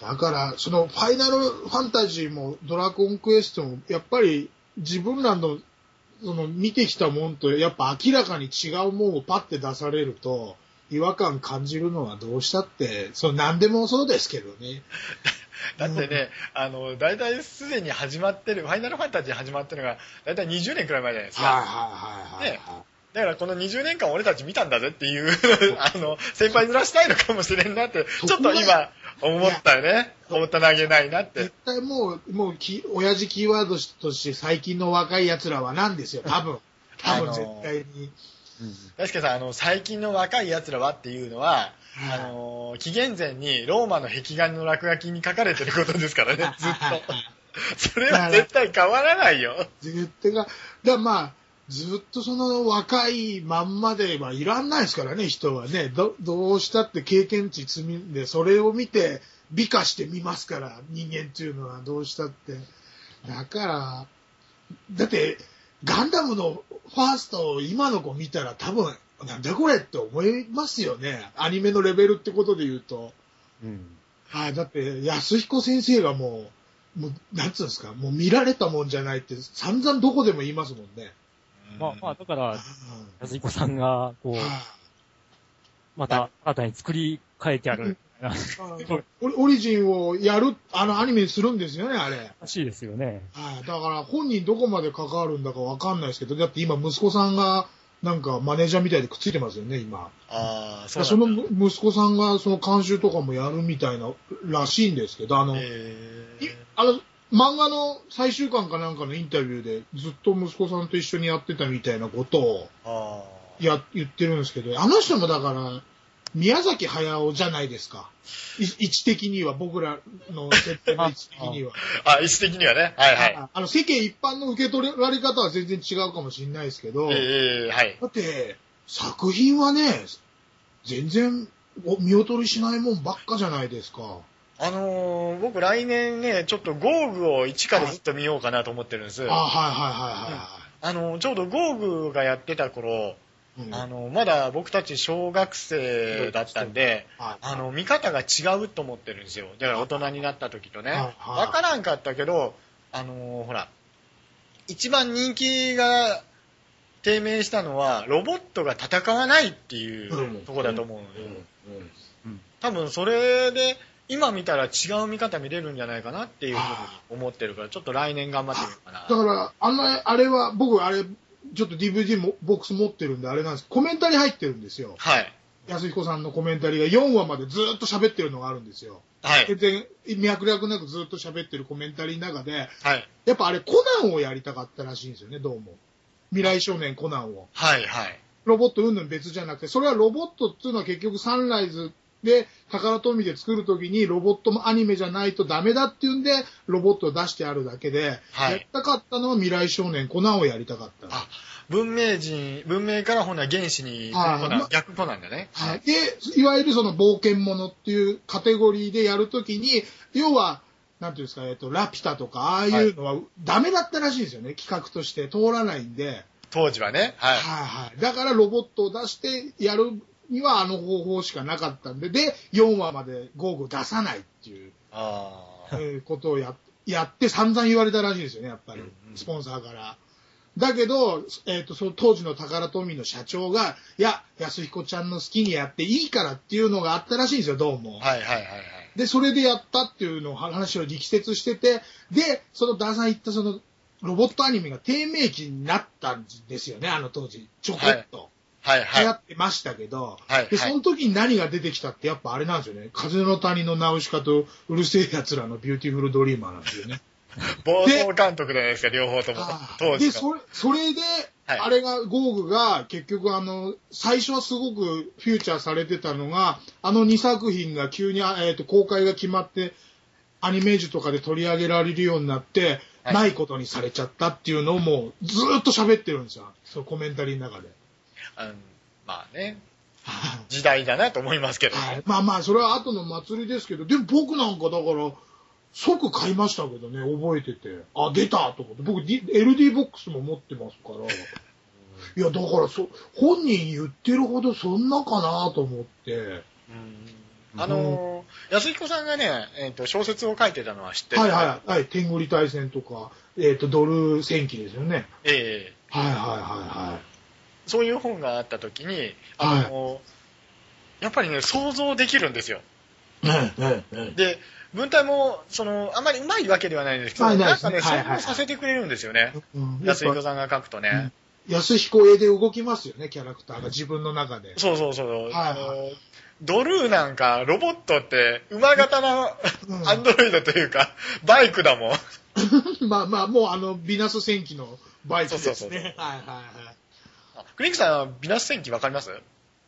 Speaker 4: だから、その、ファイナルファンタジーも、ドラゴンクエストも、やっぱり、自分らの、その、見てきたもんと、やっぱ明らかに違うもんをパッて出されると、違和感感じるのはどうしたって、その、何でもそうですけどね。
Speaker 1: だってね、あの、大体すでに始まってる、ファイナルファンタジー始まってるのが、大体20年くらい前じゃないですか。
Speaker 4: はいはいはいはいはい。
Speaker 1: だからこの20年間俺たち見たんだぜっていう、あの、先輩ずらしたいのかもしれんなって、ちょっと今思ったよね。思った投げないなって
Speaker 4: 絶。対もう、もうき、親父キーワードとして最近の若い奴らはなんですよ、多分。多分絶対に。
Speaker 1: 確かさん、あの、最近の若い奴らはっていうのは、
Speaker 4: は
Speaker 1: あ
Speaker 4: い
Speaker 1: の、紀元前にローマの壁画の落書きに書かれてることですから
Speaker 4: <laughs>
Speaker 1: ね、ずっと。それは絶対変わらないよ。
Speaker 4: 絶対が、だからまあ、ずっとその若いまんまではいらんないですからね、人はね。どどうしたって経験値積みんで、それを見て美化してみますから、人間っていうのはどうしたって。だから、だって、ガンダムのファーストを今の子見たら多分、なんだこれって思いますよね。アニメのレベルってことで言うと。
Speaker 3: うん
Speaker 4: はい、だって、安彦先生がもう、もう、なんつうんですか、もう見られたもんじゃないって、散々どこでも言いますもんね。
Speaker 3: まあまあ、だから、
Speaker 4: う
Speaker 3: 安彦さんが、こ
Speaker 4: ん
Speaker 3: う、
Speaker 4: は
Speaker 3: また新たに作り変えてある
Speaker 4: いオリオリジンをやる、あのアニメにするんですよね、あれ。
Speaker 3: らしいですよね。
Speaker 4: はい、だから本人どこまで関わるんだかわかんないですけど、だって今息子さんが、なんかマネージャーみたいでくっついてますよね、今。
Speaker 1: ああ、
Speaker 4: そ
Speaker 1: そう
Speaker 4: そ
Speaker 1: な
Speaker 4: の
Speaker 1: んだ。
Speaker 4: 息子さんがその監修とかもやるみたいな、らしいんですけど、あの、
Speaker 1: え
Speaker 4: い
Speaker 1: ー
Speaker 4: あの、漫画の最終巻かなんかのインタビューで、ずっと息子さんと一緒にやってたみたいなことを
Speaker 1: あー
Speaker 4: や言ってるんですけど、あの人もだから、宮崎駿じゃないですか。い位置的には、僕らの設定の位置的には。
Speaker 1: あ、位置的にはね。 <laughs> はいはい。
Speaker 4: あ <laughs> の、世間一般の受け取られ方は全然違うかもしれないですけど、
Speaker 1: ええはい。
Speaker 4: だって、作品はね、全然お見劣りしないもんばっかじゃないですか。
Speaker 1: あのー僕来年ね、ちょっとゴーグを一からずっと見ようかなと思ってるんです。
Speaker 4: あ、はいはいはいはいはい。
Speaker 1: あのーちょうどゴーグがやってた頃、
Speaker 4: うん
Speaker 1: あのーまだ僕たち小学生だったんで、
Speaker 4: はい
Speaker 1: あの、見方が違うと思ってるんですよ。だから大人になった時とね。
Speaker 4: はい
Speaker 1: わ
Speaker 4: はい
Speaker 1: からんかったけど、あのーほら、一番人気が低迷したのは、ロボットが戦わないっていうとこだと思うのよ。多分それで、今見たら違う見方見れるんじゃないかなっていうふうに思ってるから、ちょっと来年頑張ってみようか
Speaker 4: だ
Speaker 1: な。
Speaker 4: から、あの、あれは、僕、あれ、ちょっと DVD もボックス持ってるんで、あれなんですけど、コメンタリー入ってるんですよ。
Speaker 1: はい。
Speaker 4: 安彦さんのコメンタリーが4話までずっと喋ってるのがあるんですよ。
Speaker 1: はい
Speaker 4: 全。然脈絡なくずっと喋ってるコメンタリーの中で、
Speaker 1: はい。
Speaker 4: やっぱあれコナンをやりたかったらしいんですよね、どうも。未来少年コナンを。
Speaker 1: はい。はい。
Speaker 4: ロボット云々別じゃなくて、それはロボットっていうのは結局サンライズで、宝富で作るときにロボットもアニメじゃないとダメだっていうんで、ロボットを出してあるだけで、
Speaker 1: はい
Speaker 4: やったかったのは未来少年コナンをやりたかった。
Speaker 1: あ文明人、文明からほな原始に行くコナン
Speaker 4: はい
Speaker 1: 逆コナンだね。
Speaker 4: はい、で、いわゆるその冒険者っていうカテゴリーでやるときに、要は、なんていうんですか、えっと、ラピュタとか、ああいうのはダメだったらしいんですよね、企画として。通らないんで。
Speaker 1: 当時はね。はい。
Speaker 4: はいはい。だからロボットを出してやるにはあの方法しかなかったんで、で、4話までゴーグ出さないっていう
Speaker 1: あ
Speaker 4: え
Speaker 1: あ。
Speaker 4: ーことをややって散々言われたらしいんですよね、やっぱり
Speaker 1: うんう。ん
Speaker 4: スポンサーから。だけど、えっ、と、その当時の宝富の社長が、いや、安彦ちゃんの好きにやっていいからっていうのがあったらしいんですよ、どうも。
Speaker 1: はいはいはいはい。
Speaker 4: で、それでやったっていうのを話を力説してて、で、そのダーさん言ったその、ロボットアニメが低迷期になったんですよね、あの当時。ちょこっと。
Speaker 1: はい
Speaker 4: 流行
Speaker 1: はい。
Speaker 4: ってましたけど、
Speaker 1: はい
Speaker 4: で、
Speaker 1: は
Speaker 4: そ
Speaker 1: い
Speaker 4: の時に何が出てきたって、やっぱあれなんですよね。風の谷のナウシカと、うるせえ奴らのビューティフルドリーマーなんですよ
Speaker 1: <laughs>
Speaker 4: ね。
Speaker 1: 暴走監督じゃないですか、両方とも
Speaker 4: あ。ー
Speaker 1: 当
Speaker 4: で、
Speaker 1: 時の。
Speaker 4: それ、それで、
Speaker 1: はい
Speaker 4: あれが、ゴーグが、結局あの、最初はすごくフューチャーされてたのが、あの2作品が急に、あえっ、と、公開が決まって、アニメージュとかで取り上げられるようになって、
Speaker 1: はい
Speaker 4: ないことにされちゃったっていうのをもう、ずーっと喋ってるんですよ。そう、コメンタリーの中で。
Speaker 1: うんまあね、時代だなと思いますけど。
Speaker 4: はい、まあまあ、それは後の祭りですけど、でも僕なんかだから、即買いましたけどね、覚えてて。あ、出たと思って。僕、D、LD ボックスも持ってますから。いや、だからそ、本人言ってるほどそんなかなと思って。
Speaker 1: あのー、安彦さんがね、えっと小説を書いてたのは知ってる。
Speaker 4: はいはいはい。天狗利対戦とか、えっ、と、ドル戦記ですよね。
Speaker 1: ええ
Speaker 4: はいはいはいはい。
Speaker 1: そういう本があった時に、あのーやっぱりね、想像できるんですよ。
Speaker 4: ねえねえね
Speaker 1: で、文体も、その、あまりうまいわけではないんですけど、
Speaker 4: はいない
Speaker 1: な
Speaker 4: で
Speaker 1: ん
Speaker 4: す
Speaker 1: か
Speaker 4: ね
Speaker 1: ね、
Speaker 4: はい
Speaker 1: 想
Speaker 4: はいはい
Speaker 1: 像させてくれるんですよね。
Speaker 4: えうんやっ
Speaker 1: 安彦
Speaker 4: ぱ
Speaker 1: さんが書くとね。
Speaker 4: 安彦絵で動きますよね、キャラクターが自分の中で。
Speaker 1: そうそうそう。
Speaker 4: はい
Speaker 1: あのードルーなんか、ロボットって、馬型の
Speaker 4: うん
Speaker 1: アンドロイドというか、バイクだもん。
Speaker 4: <laughs> まあまあ、もうあの、ビナス戦記のバイク
Speaker 1: そ
Speaker 4: で
Speaker 1: うそ
Speaker 4: す
Speaker 1: うそうそう
Speaker 4: ね。はいはいはい。
Speaker 1: クリンクさんはビナス戦記わかります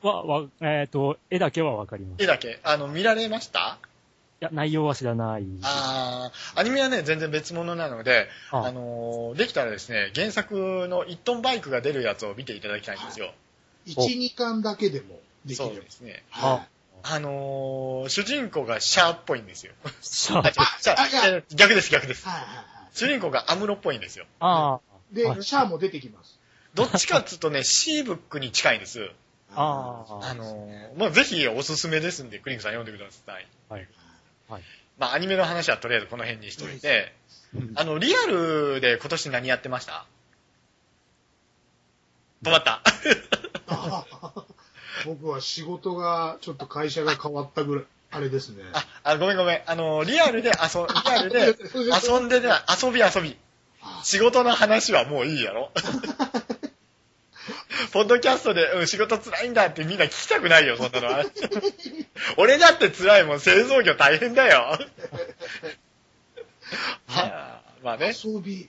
Speaker 3: は、わ、えっ、と、絵だけはわかります。い
Speaker 1: 絵だけ。あの、見られました
Speaker 3: や、内容は知らない。
Speaker 1: あーアニメはね、全然別物なので、
Speaker 3: あ
Speaker 1: あのーできたらですね、原作の1トンバイクが出るやつを見ていただきたいんですよ。
Speaker 3: お
Speaker 4: 1、2巻だけでもでき
Speaker 1: そう
Speaker 4: れば
Speaker 1: で。すね。
Speaker 4: は
Speaker 1: あのー主人公がシャアっぽいんです
Speaker 4: <laughs>
Speaker 1: よ。
Speaker 3: さ
Speaker 1: あ、違
Speaker 3: あ
Speaker 1: う、シャア
Speaker 4: あいや
Speaker 1: えー逆です、逆で
Speaker 4: い。
Speaker 1: す。
Speaker 4: はいはい
Speaker 1: 主人公がアムロっぽいんですよ。
Speaker 3: あー。
Speaker 4: はい。
Speaker 3: あ
Speaker 4: で、シャアも出てきます。
Speaker 1: どっちかっつうとね、 <laughs> シーブックに近いんです。
Speaker 3: あー
Speaker 1: あのーまあ、ぜひおすすめですんで、クリンクさん読んでください。
Speaker 3: はい。はい。
Speaker 1: まあ、アニメの話はとりあえずこの辺にしといて、あの、リアルで今年何やってました止まった。
Speaker 4: あー <laughs> 僕は仕事が、ちょっと会社が変わったぐらい、あれですね。
Speaker 1: ああ、ごめんごめん。あの、リアルで遊、リアルで
Speaker 4: そうです
Speaker 1: 遊んでで、遊び遊び。仕事の話はもういいや <laughs> ろ。ポッドキャストで、うん、仕事辛いんだってみんな聞きたくないよ、そんなの <laughs> は。俺だって辛いもん、製造業大変だ <laughs> よ。はまあね、
Speaker 4: 遊び。遊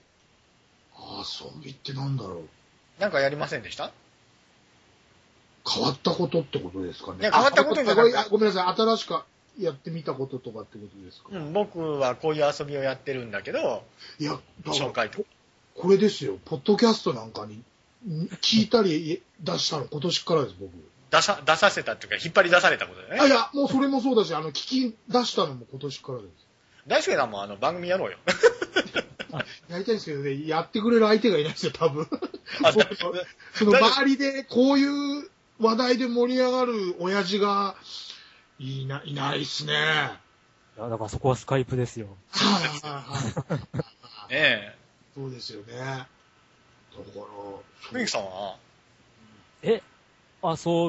Speaker 4: びってなんだろう。
Speaker 1: なんかやりませんでした
Speaker 4: 変わったことってことですかね。
Speaker 1: いや変わったことじゃなくて
Speaker 4: あごめんなさい。新しくやってみたこととかってことですか。
Speaker 1: うん、僕はこういう遊びをやってるんだけど、
Speaker 4: いや、
Speaker 1: 紹介とか。
Speaker 4: これですよ、ポッドキャストなんかにん聞いたり出したの今年からです、僕。
Speaker 1: 出さ、出させたっていうか、引っ張り出されたことだ
Speaker 4: あ
Speaker 1: よ
Speaker 4: い
Speaker 1: ね。
Speaker 4: や、もうそれもそうだし、あの、聞き出したのも今年からです。
Speaker 1: 大輔さんもあの、番組やろうよ。
Speaker 4: やりたいんですけどね、やってくれる相手がいないんですよ、多分。
Speaker 1: あ
Speaker 4: 僕
Speaker 1: <laughs>
Speaker 4: その周りで、こういう話題で盛り上がる親父が、いな、いないっすね。
Speaker 3: いやだからそこはスカイプですよ。
Speaker 4: は
Speaker 1: <laughs>
Speaker 4: いはいはい
Speaker 1: ねえ。
Speaker 4: そうですよね。だから、
Speaker 1: クリンクさんは
Speaker 3: 遊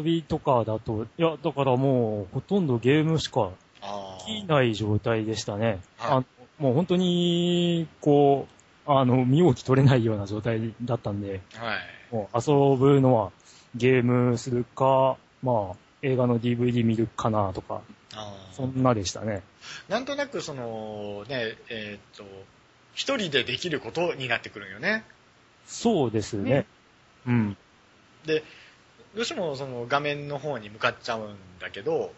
Speaker 3: びとかだと、いや、だからもう、ほとんどゲームしか
Speaker 1: あ
Speaker 3: できない状態でしたね。
Speaker 1: は
Speaker 3: あもう本当に、こう、あの、身動き取れないような状態だったんで、
Speaker 1: あ。はい。
Speaker 3: もう遊ぶのはゲームするか、まあ、映画の DVD 見るかなとか、
Speaker 1: あー
Speaker 3: そんなでしたね。
Speaker 1: なんとなくその、ね、えーっと、一人でできることになってくるんよね。
Speaker 3: そうです
Speaker 1: ね
Speaker 3: ね。うん。
Speaker 1: で、どうしてもその画面の方に向かっちゃうんだけど、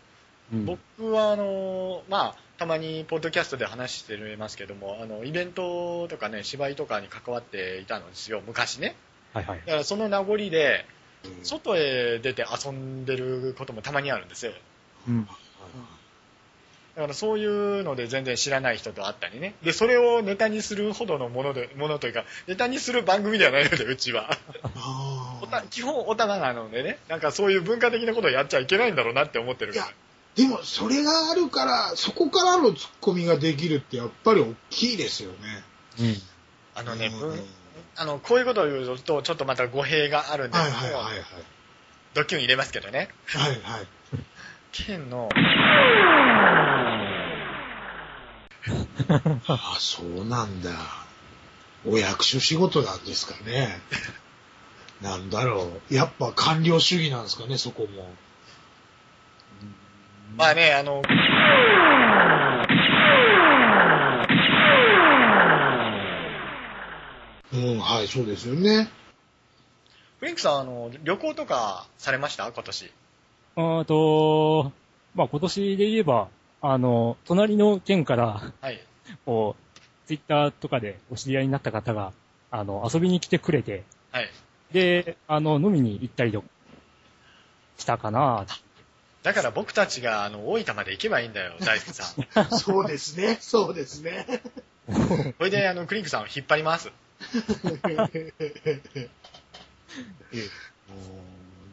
Speaker 3: うん
Speaker 1: 僕はあの、まあ、たまにポッドキャストで話してますけども、あの、イベントとかね、芝居とかに関わっていたのですよ、昔ね。
Speaker 3: はいはい
Speaker 1: だ。からその名残で、外へ出て遊んでることもたまにあるんですよ。
Speaker 3: うん。
Speaker 1: だからそういうので全然知らない人と会ったりね。で、それをネタにするほどのもので、ものというか、ネタにする番組ではないので、うち <laughs> は。
Speaker 4: あ
Speaker 1: お
Speaker 4: あ
Speaker 1: た基本おたまなのでね、なんかそういう文化的なことをやっちゃいけないんだろうなって思ってる
Speaker 4: い
Speaker 1: か
Speaker 4: や
Speaker 1: ら。、
Speaker 4: でもそれがあるから、そこからのツッコミができるってやっぱり大きいですよね。
Speaker 1: あのね、
Speaker 4: うん
Speaker 1: 文あの、こういうことを言うと、ちょっとまた語弊があるんです
Speaker 4: はい
Speaker 1: けど、
Speaker 4: はいはいはい。
Speaker 1: ドッキュン入れますけどね。
Speaker 4: はいはい。
Speaker 1: 県の、
Speaker 4: ああ、そうなんだ。お役所仕事なんですかね。
Speaker 1: <laughs>
Speaker 4: なんだろう。やっぱ官僚主義なんですかね、そこも。
Speaker 1: まあね、あの、
Speaker 4: うん、はい、そうです
Speaker 1: <laughs>
Speaker 4: よね。
Speaker 1: フリンクさん、あの、旅行とかされました今年。
Speaker 3: うん。あと、まあ今年で言えば、あの、隣の県から、
Speaker 1: はい。
Speaker 3: こう、ツイッターとかでお知り合いになった方が、あの、遊びに来てくれて、
Speaker 1: はい。
Speaker 3: で、あの、飲みに行ったりとか、したかな。
Speaker 1: だから僕たちが、あの、大分まで行けばいいんだよ、大輔さん。 <laughs>
Speaker 4: そうですね、そうですね。
Speaker 1: それで、あの、クリンクさんを引っ張ります。
Speaker 4: うん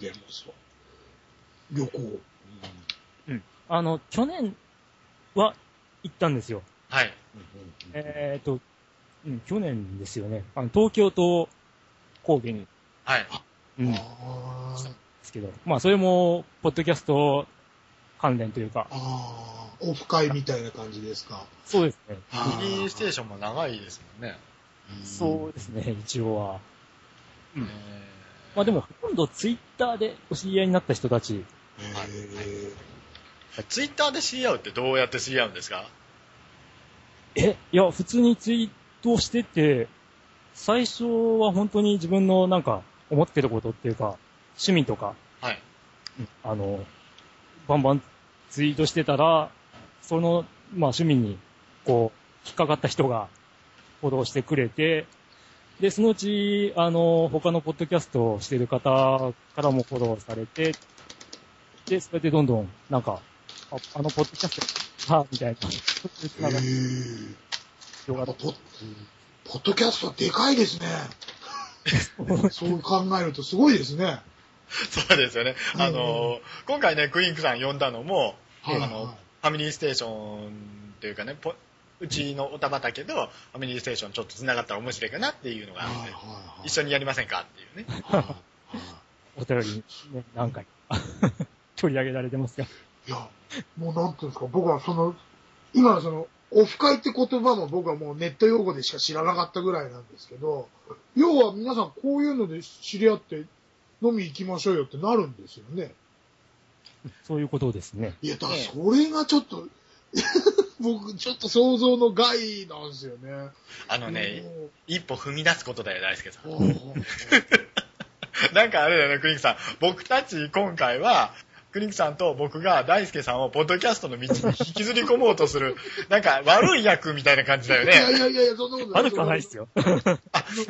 Speaker 4: でもそう。旅行。うん
Speaker 3: あの、去年は行ったんですよ。
Speaker 1: はい。
Speaker 3: えっ、と、うん、去年ですよね。あの、東京と神戸に、
Speaker 1: はい。
Speaker 3: うん、で
Speaker 4: あー
Speaker 3: すけど。まあ、それも、ポッドキャスト関連というか、
Speaker 4: あー、オフ会みたいな感じですか。
Speaker 3: そうですね。
Speaker 4: あ
Speaker 1: フ
Speaker 4: ー
Speaker 1: リーステーションも長いですもんね。
Speaker 3: そうですね、一応は。
Speaker 1: えー
Speaker 3: まあでも、ほとんどツイッターでお知り合いになった人たち、
Speaker 4: へ
Speaker 1: ツイッターで知り合うってどうやって知り合うんですか
Speaker 3: え、いや、普通にツイートしてて、最初は本当に自分のなんか、思ってることっていうか、趣味とか、
Speaker 1: はい。 <laughs>
Speaker 3: あの、バンバンツイートしてたら、その、まあ趣味に、こう、引っかかった人が、フォローしてくれて、で、そのうち、あの、他のポッドキャストをしてる方からもフォローされて、で、それでどんどん、なんか、ああの、ポッドキャスト、あ、みたいな、そういうつ
Speaker 4: え。
Speaker 3: ながりが
Speaker 4: へえ。
Speaker 3: 広が
Speaker 4: あ
Speaker 3: って
Speaker 4: ポッポッドキャストはでかいですね。そう考えるとすごいですね。
Speaker 1: そうですよね。あの、今回ね、クリンクさん呼んだのも、
Speaker 4: はい
Speaker 1: あの、
Speaker 4: はい
Speaker 1: ファミリーステーションっていうかね、ポうちのおたばたけど、ファミリーステーションちょっと繋がったら面白いかなっていうのがあ
Speaker 4: は
Speaker 1: るん
Speaker 4: いはい
Speaker 1: で、
Speaker 4: はい。
Speaker 1: 一緒にやりませんかっていうね。
Speaker 4: はいはい
Speaker 3: お便り、ね、何回か <laughs> 取り上げられてますが。
Speaker 4: いや、もうなんていうんですか、僕はその、今のその、オフ会って言葉も僕はもうネット用語でしか知らなかったぐらいなんですけど、要は皆さんこういうので知り合って飲み行きましょうよってなるんですよね。
Speaker 3: そういうことですね。
Speaker 4: いや、だから
Speaker 1: ええ
Speaker 4: それがちょっと、 <laughs> 僕ちょっと想像の害なんですよね。
Speaker 1: あのね、一歩踏み出すことだよ、大輔さ。
Speaker 4: うんん、うん
Speaker 1: <laughs> なんかあれだよね、クリンクさん。僕たち今回は、クリンクさんと僕が大輔さんをポッドキャストの道に引きずり込もうとす <laughs> る、なんか悪い役みたいな感じだよ
Speaker 4: いや
Speaker 1: ね。
Speaker 4: いやいやいや、そんなことない。
Speaker 3: 悪くはないですよ。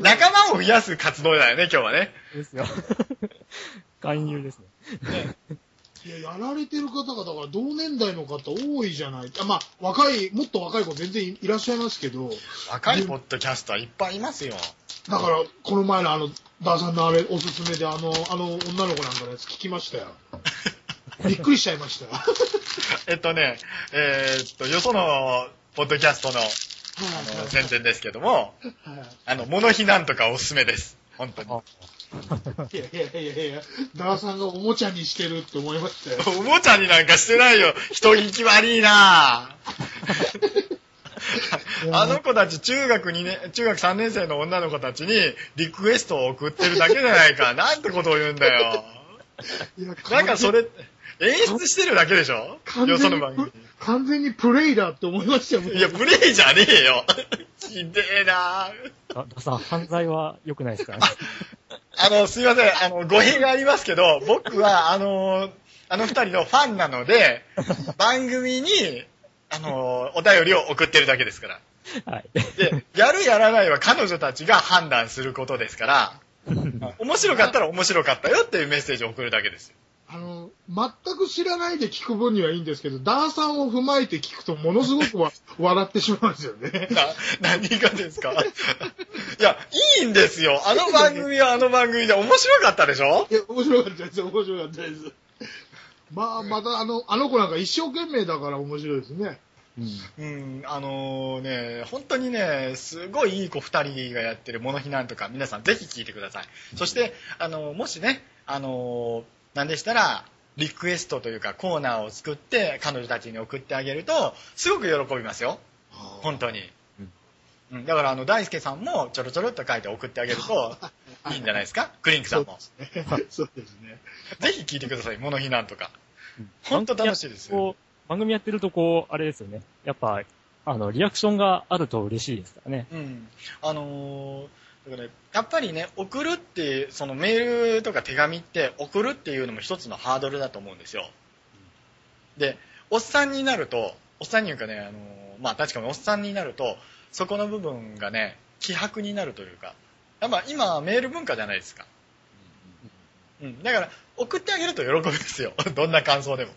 Speaker 1: 仲間を増やす活動だよね、今日はね。
Speaker 3: ですよ。勧誘ですね。
Speaker 4: いや、やられてる方が、だから同年代の方多いじゃない。あまあ、若い、もっと若い子全然いいらっしゃいますけど、
Speaker 1: 若いポッドキャスターいっぱいいますよ。
Speaker 4: だから、この前のあの、ダーさんのあれ、おすすめで、あの、あの、女の子なんかのやつ聞きま
Speaker 3: <laughs>
Speaker 4: したよ。びっくりしちゃいましたよ。はい
Speaker 1: えっとね、えーっと、よそのポッドキャストのあの宣伝ですけども、
Speaker 4: はい
Speaker 1: あの、物非なんとかおすすめです。本当に。お
Speaker 3: あ
Speaker 4: いやいやいやいや、ダーさんがおもちゃにしてるって思いましたよ。
Speaker 1: もちゃになんかしてないよ。人聞き悪いなぁあの子たち中学2年、中学3年生の女の子たちにリクエストを送ってるだけじゃないか。なんてことを言うんだよ。
Speaker 4: いや
Speaker 1: なんかそれ、演出してるだけでしょ
Speaker 4: 完
Speaker 1: よ
Speaker 4: 全
Speaker 1: そ
Speaker 4: に
Speaker 1: の番組。
Speaker 4: 完全にプレイだって思いましたよ、僕
Speaker 1: いや、プレイじゃねえよ。ひでえな
Speaker 3: <laughs> だださん、犯罪は良くないですからね。
Speaker 1: あの、すいません。あの、語弊がありますけど、僕は、あの、あの二人のファンなの
Speaker 4: <laughs>
Speaker 1: で、番組に、あの、お便りを送ってるだけですから。
Speaker 3: <laughs> はい。
Speaker 1: で、やるやらないは彼女たちが判断することですから、面白かったら面白かったよっていうメッセージを送るだけですよ。
Speaker 4: あの、全く知らないで聞く分にはいいんですけど、ダーさんを踏まえて聞くとものすご <laughs> くわ笑ってしまうんですよね。
Speaker 1: な、何がですかいや、いいんですよ。あの番組はあの番組で面白かったでしょ
Speaker 4: いや、面白かったです、面白かったです。まあ、またあの、あの子なんか一生懸命だから面白いですね。
Speaker 3: うん
Speaker 1: うん、あのね、本当にね、すごいいい子二人がやってるモノヒなんとか、皆さんぜひ聞いてください。そして、あのもしね、あのなんでしたら、リクエストというかコーナーを作って、彼女たちに送ってあげると、すごく喜びますよ。本当に。うん、だから、あの、大輔さんもちょろちょろっと書いて送ってあげる <laughs> と、いいんじゃないですかクリンクさんも。
Speaker 4: <laughs> そうですね。
Speaker 1: ぜひ聞いてください、モノヒなんとか。本当楽しいですよ。
Speaker 3: こう、番組やってるとこう、あれですよね。やっぱ、あの、リアクションがあると嬉しいですからね。
Speaker 1: うん、あのーだからやっぱりね送るってそのメールとか手紙って送るっていうのも一つのハードルだと思うんですよでおっさんになるとおっさんにいうかね、あのーまあ確かにおっさんになるとそこの部分がね希薄になるというかやっぱ今メール文化じゃないですか、うん、だから送ってあげると喜ぶんですよ <laughs> どんな感想でも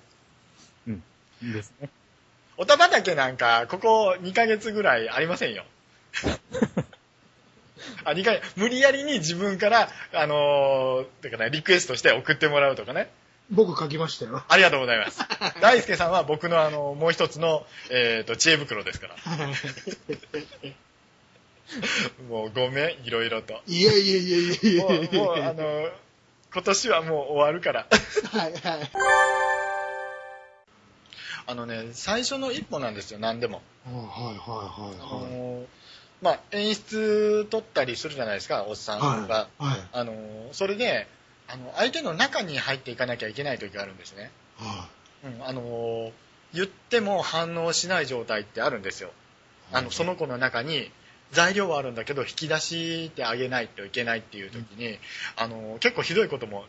Speaker 3: いいですね。
Speaker 1: おたばけなんか、ここ2ヶ月ぐらいありません <laughs> よ。あ、2ヶ月、無理やりに自分から、あのー、てかね、リクエストして送ってもらうとかね。
Speaker 4: 僕書きましたよ。
Speaker 1: ありがとうござい <laughs> ます。大輔さんは僕のあの、もう一つの、えっ、と、知恵袋です <laughs> から。もうごめん、いろいろ <laughs> と。
Speaker 4: いやいやいやいやい
Speaker 1: も、
Speaker 4: やいうや
Speaker 1: もう、あのー今年はもう終わるから。
Speaker 4: はいはい。
Speaker 1: あのね、最初の一歩なんですよ、何でも。
Speaker 4: あはい
Speaker 1: あ
Speaker 4: はいはいはい。
Speaker 1: のーまあ、演出取ったりするじゃないですか、おっさんが。
Speaker 4: はい。はい。
Speaker 1: あのそれであの相手の中に入っていかなきゃいけない時があるんですね、
Speaker 4: は
Speaker 1: うん、あの言っても反応しない状態ってあるんですよあのその子の中に材料はあるんだけど引き出してあげないといけないっていう時に、あの結構ひどいことも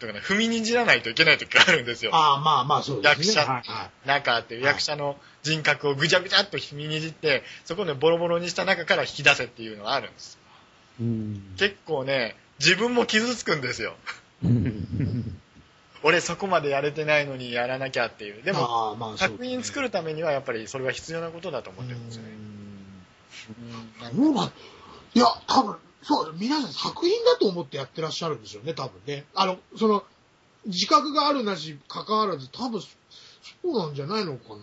Speaker 1: とか、ね、踏みにじらないといけない時があるんですよ
Speaker 4: ああ、まあまあ、そうですね。
Speaker 1: 役者
Speaker 4: はいはい。
Speaker 1: 中っていう役者の人格をぐちゃぐちゃっと踏みにじってそこでボロボロにした中から引き出せっていうのがあるんです
Speaker 3: うん。
Speaker 1: 結構ね自分も傷つくんですよ
Speaker 3: うん
Speaker 1: 俺そこまでやれてないのにやらなきゃっていうでも
Speaker 4: ああ、まあそう
Speaker 1: 作品作るためにはやっぱりそれは必要なことだと思ってるんですよねうんなんか
Speaker 4: そうなんいや、多分、そう、皆さん作品だと思ってやってらっしゃるんでしょうね、多分ね。あの、その、自覚があるなし、関わらず、多分、そうなんじゃないのかな。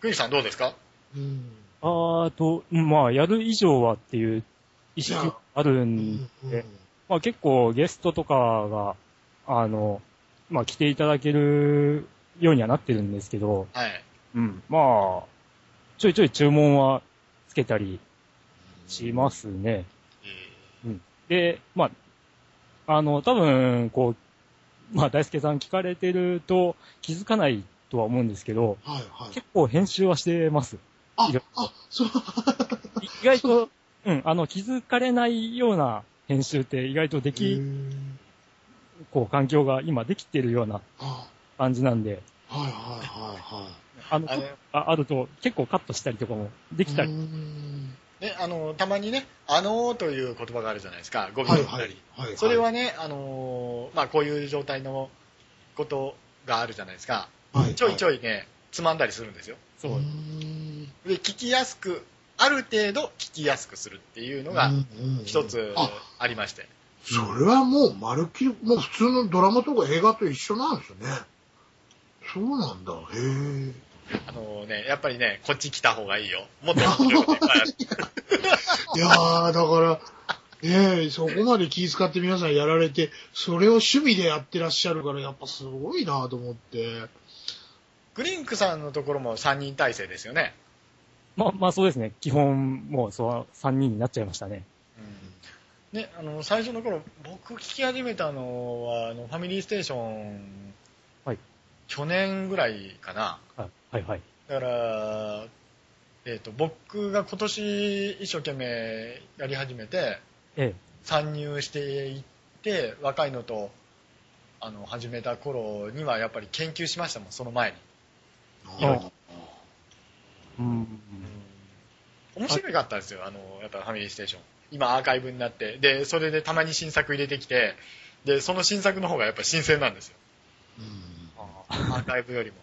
Speaker 1: クイさんどうですか
Speaker 4: うん。
Speaker 3: あーと、まあ、やる以上はっていう意識がある
Speaker 4: うんん
Speaker 3: で、まあ結構ゲストとかが、あの、まあ来ていただけるようにはなってるんですけど、
Speaker 1: はい
Speaker 3: うん。まあ、ちょいちょい注文はつけたりしますね。で、まあ、あの、多分、こう、まあ大輔さん聞かれてると気づかないとは思うんですけど、
Speaker 4: はいはい。
Speaker 3: 結構編集はしてます。
Speaker 4: あ
Speaker 3: いろ、
Speaker 4: あ、そう、
Speaker 3: い意外と、うん、あの、気づかれないような編集って意外とで
Speaker 4: う
Speaker 3: き、
Speaker 4: ん
Speaker 3: こう、環境が今できてるような
Speaker 4: あ
Speaker 3: 感じなんで、
Speaker 4: はいはいはいはい。
Speaker 3: あの、
Speaker 1: あの
Speaker 3: ああると結構カットしたりとかもできた
Speaker 4: う
Speaker 3: り、
Speaker 4: ん
Speaker 1: ねあのたまにね「あのー」という言葉があるじゃないですか語尾
Speaker 4: は
Speaker 1: だ
Speaker 4: い
Speaker 1: ったり、
Speaker 4: はいはい。
Speaker 1: それはね、あのーまあ、こういう状態のことがあるじゃないですか
Speaker 4: は、
Speaker 1: ちょいち
Speaker 4: い。
Speaker 1: ょいねつまんだりするんですよ
Speaker 3: そうう、
Speaker 4: ん
Speaker 1: で聞きやすくある程度聞きやすくするっていうのが
Speaker 4: うんうん
Speaker 1: 一つ
Speaker 4: あ
Speaker 1: ありまして、
Speaker 4: それはもう、まるっきり、もう普通のドラマとか映画と一緒なんですね。そうなんだ。へえ。
Speaker 1: あのね、やっぱりね、こっち来た方がいいよ。もっと面
Speaker 4: <laughs>
Speaker 1: 白いこといっぱいある
Speaker 4: いやー、だから、ねえ、そこまで気遣って皆さんやられて、それを趣味でやってらっしゃるから、やっぱすごいなと思って。
Speaker 1: グリンクさんのところも3人体制ですよね。
Speaker 3: まあ、まあそうですね、基本もうそう3人になっちゃいましたね。
Speaker 1: ね、あの、最初の頃、僕聞き始めたのは、あの、ファミリーステーション
Speaker 3: はい
Speaker 1: 去年ぐらいかな。
Speaker 3: はいはいはい。
Speaker 1: だから、えっ、と、僕が今年一生懸命やり始めて、
Speaker 3: え
Speaker 1: 参入していって、若いのと、あの、始めた頃にはやっぱり研究しましたもん、その前に。
Speaker 3: あえ。うん。
Speaker 1: 面白かったですよ、あの、やっぱファミリーステーション。今アーカイブになって、で、それでたまに新作入れてきて、で、その新作の方がやっぱ新鮮なん
Speaker 3: <laughs>
Speaker 1: ですよ。
Speaker 4: うん
Speaker 1: アーカイブよりも。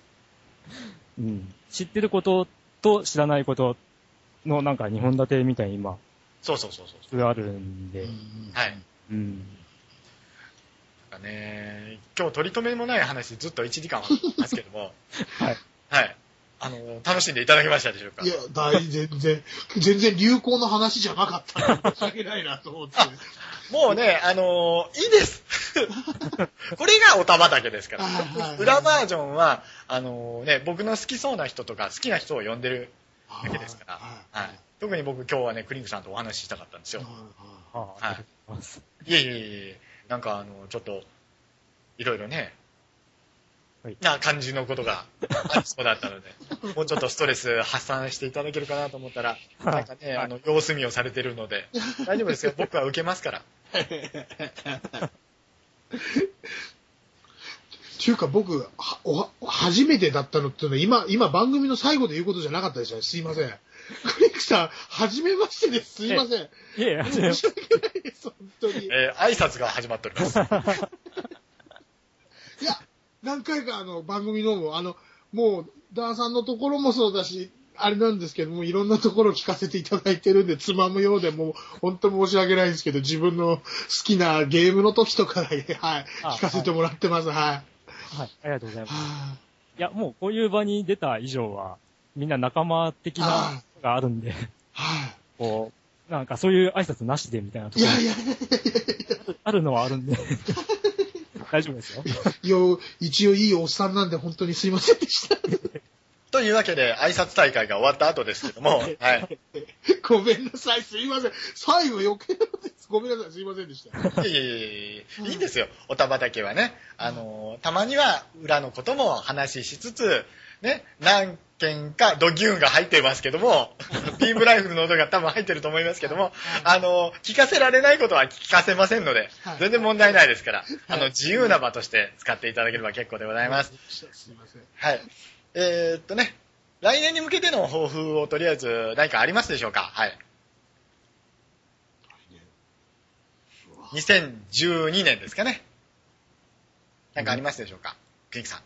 Speaker 3: うん。知ってることと知らないことのなんか2本立てみたいに今、
Speaker 1: そうそうそうそう。
Speaker 3: 普通あるんで。
Speaker 1: はい。
Speaker 3: うん。
Speaker 1: だからね、今日取り留めもない話ずっと1時間はますけども、
Speaker 3: <laughs> はい。
Speaker 1: はい。あの、楽しんでいただけましたでしょうか
Speaker 4: いや、大、全然、全然流行の話じゃなかったら申し訳ないなと思って。
Speaker 1: もうね、あのいいです。これがお玉だけですから
Speaker 4: はいはいはい。
Speaker 1: 裏バージョンは、あのね、僕の好きそうな人とか好きな人を呼んでるだけですから、 <laughs> はい
Speaker 4: い。
Speaker 1: 特に僕今日はね、クリンクさんとお話ししたかったんですよ。
Speaker 4: は
Speaker 3: ああ、ありがとうございます。
Speaker 1: いえいえいえいえ、なんかあの、ちょっと、いろいろね、
Speaker 3: はい
Speaker 1: な感じのことがありそうだったので、もうちょっとストレス発散していただけるかなと思ったら、
Speaker 3: はい
Speaker 1: なんかね、あの、様子見をされてるので、大丈夫ですよ、僕は受けますから。
Speaker 4: いっていうか僕、はおは初めてだったのっていうのは今、今番組の最後で言うことじゃなかったですよね。すいません。クリックさん、はじめましてです。すいません。
Speaker 3: いえいえ、ありがとうございま
Speaker 4: 申
Speaker 3: す
Speaker 4: し訳ないです、本当に。
Speaker 1: えー挨拶が始まっております。
Speaker 4: いや、何回かあの番組のも、あの、もう、ダーさんのところもそうだし、あれなんですけども、いろんなところ聞かせていただいてるんで、つまむようで、もう、本当申し訳ないんですけど、自分の好きなゲームの時とかだけ、はい、
Speaker 3: あ
Speaker 4: 聞かせてもらってます、はい。
Speaker 3: はい。ありがとうございます。
Speaker 4: はい
Speaker 3: や、もうこういう場に出た以上は、みんな仲間的な <laughs>
Speaker 4: あ
Speaker 3: のがあるんで、
Speaker 4: は
Speaker 3: こう、なんかそういう挨拶なしでみたいなと
Speaker 4: い。い
Speaker 3: こ
Speaker 4: やい
Speaker 3: ろ
Speaker 4: やいや
Speaker 3: あるのはある <laughs> んで、大丈夫ですよ。
Speaker 4: よ一応いいおっさんなんで、本当にすいませんでした。 <laughs>
Speaker 1: というわけで、挨拶大会が終わった後ですけども、はい。い
Speaker 4: ごめんなさい、すいません。最後余計なことです。ごめんなさい、すいませんでした。
Speaker 1: えいえいえいえいいんですよ、おたばだけはね。あの、たまには裏のことも話ししつつ、ね、何件かドギューンが入ってますけど <laughs> も、ビームライフルの音が多分入ってると思いますけども、あの、聞かせられないことは聞かせませんので
Speaker 4: はい、
Speaker 1: 全然問題ないですから、あの、自由な場として使っていただければ結構でございます。
Speaker 4: すいません。
Speaker 1: はい。えーっとね、来年に向けての抱負をとりあえず何かありますでしょうかはい。2012年ですかね。何かありますでしょうか、クリンクさん。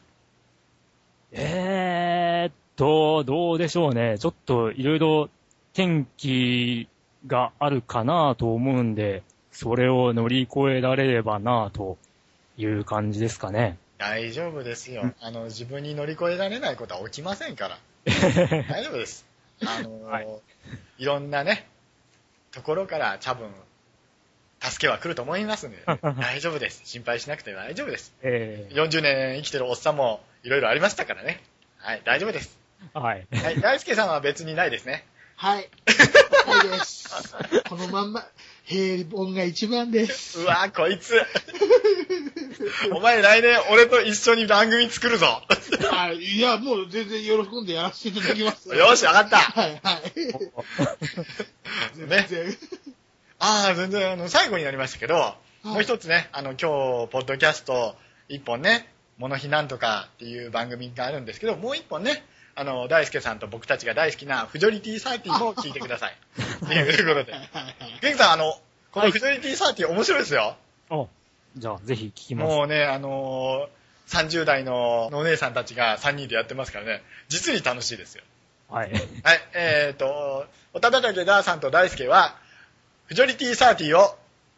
Speaker 3: えーっと、どうでしょうね。ちょっといろいろ天気があるかなと思うんで、それを乗り越えられればなという感じですかね。
Speaker 1: 大丈夫ですよ。あの、自分に乗り越えられないことは起きません <laughs> から。大丈夫です。あのー
Speaker 3: はい
Speaker 1: い、ろんなね、ところから多分、助けは来ると思いますんで、 <laughs> 大丈夫です。心配しなくて大丈夫です。
Speaker 3: え
Speaker 1: 40年生きてるおっさんもいろいろありましたからね。はい、大丈夫です。
Speaker 3: ー、はい。
Speaker 1: はい、大輔さんは別にないですね。
Speaker 4: はい。はいです。このまんま、平凡が一番です。
Speaker 1: うわぁ、こい <laughs> つ。お前来年俺と一緒に番組作るぞ。
Speaker 4: はい。いや、もう全然喜んでやらせていただきます。
Speaker 1: よし、わかった。
Speaker 4: はい、はい。
Speaker 1: ね。
Speaker 4: 全
Speaker 1: ああ、全然、あの、最後になりましたけど、
Speaker 4: い
Speaker 1: もう一つね、あの、今日、ポッドキャスト一本ね、モノヒなんとかっていう番組があるんですけど、もう一本ね、あの、大輔さんと僕たちが大好きなフジョリティサーティも聞いてください。ということで。元気さん、あの、このフジョリティサーティ面白いですよ。
Speaker 3: <laughs> おじゃあ、ぜひ聞きます。
Speaker 1: もうね、あのー30代のお姉さんたちが3人でやってますからね、実に楽しいですよ。
Speaker 3: はい。
Speaker 1: はい、えっ、ー、と、おたたたけだーさんと大輔は、フジョリティサーティを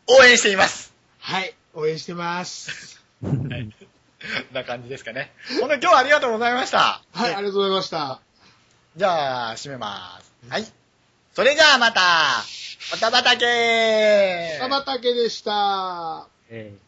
Speaker 1: 応援しています。 <laughs>
Speaker 4: はい。応援してます。
Speaker 1: こんな感じですかね。ほんと今日はありがとうございました。
Speaker 4: はい、ありがとうございました。
Speaker 1: じゃあ、締めます。はい。それじゃあまた、おたたたけー
Speaker 4: 玉竹でした。
Speaker 3: <laughs> えー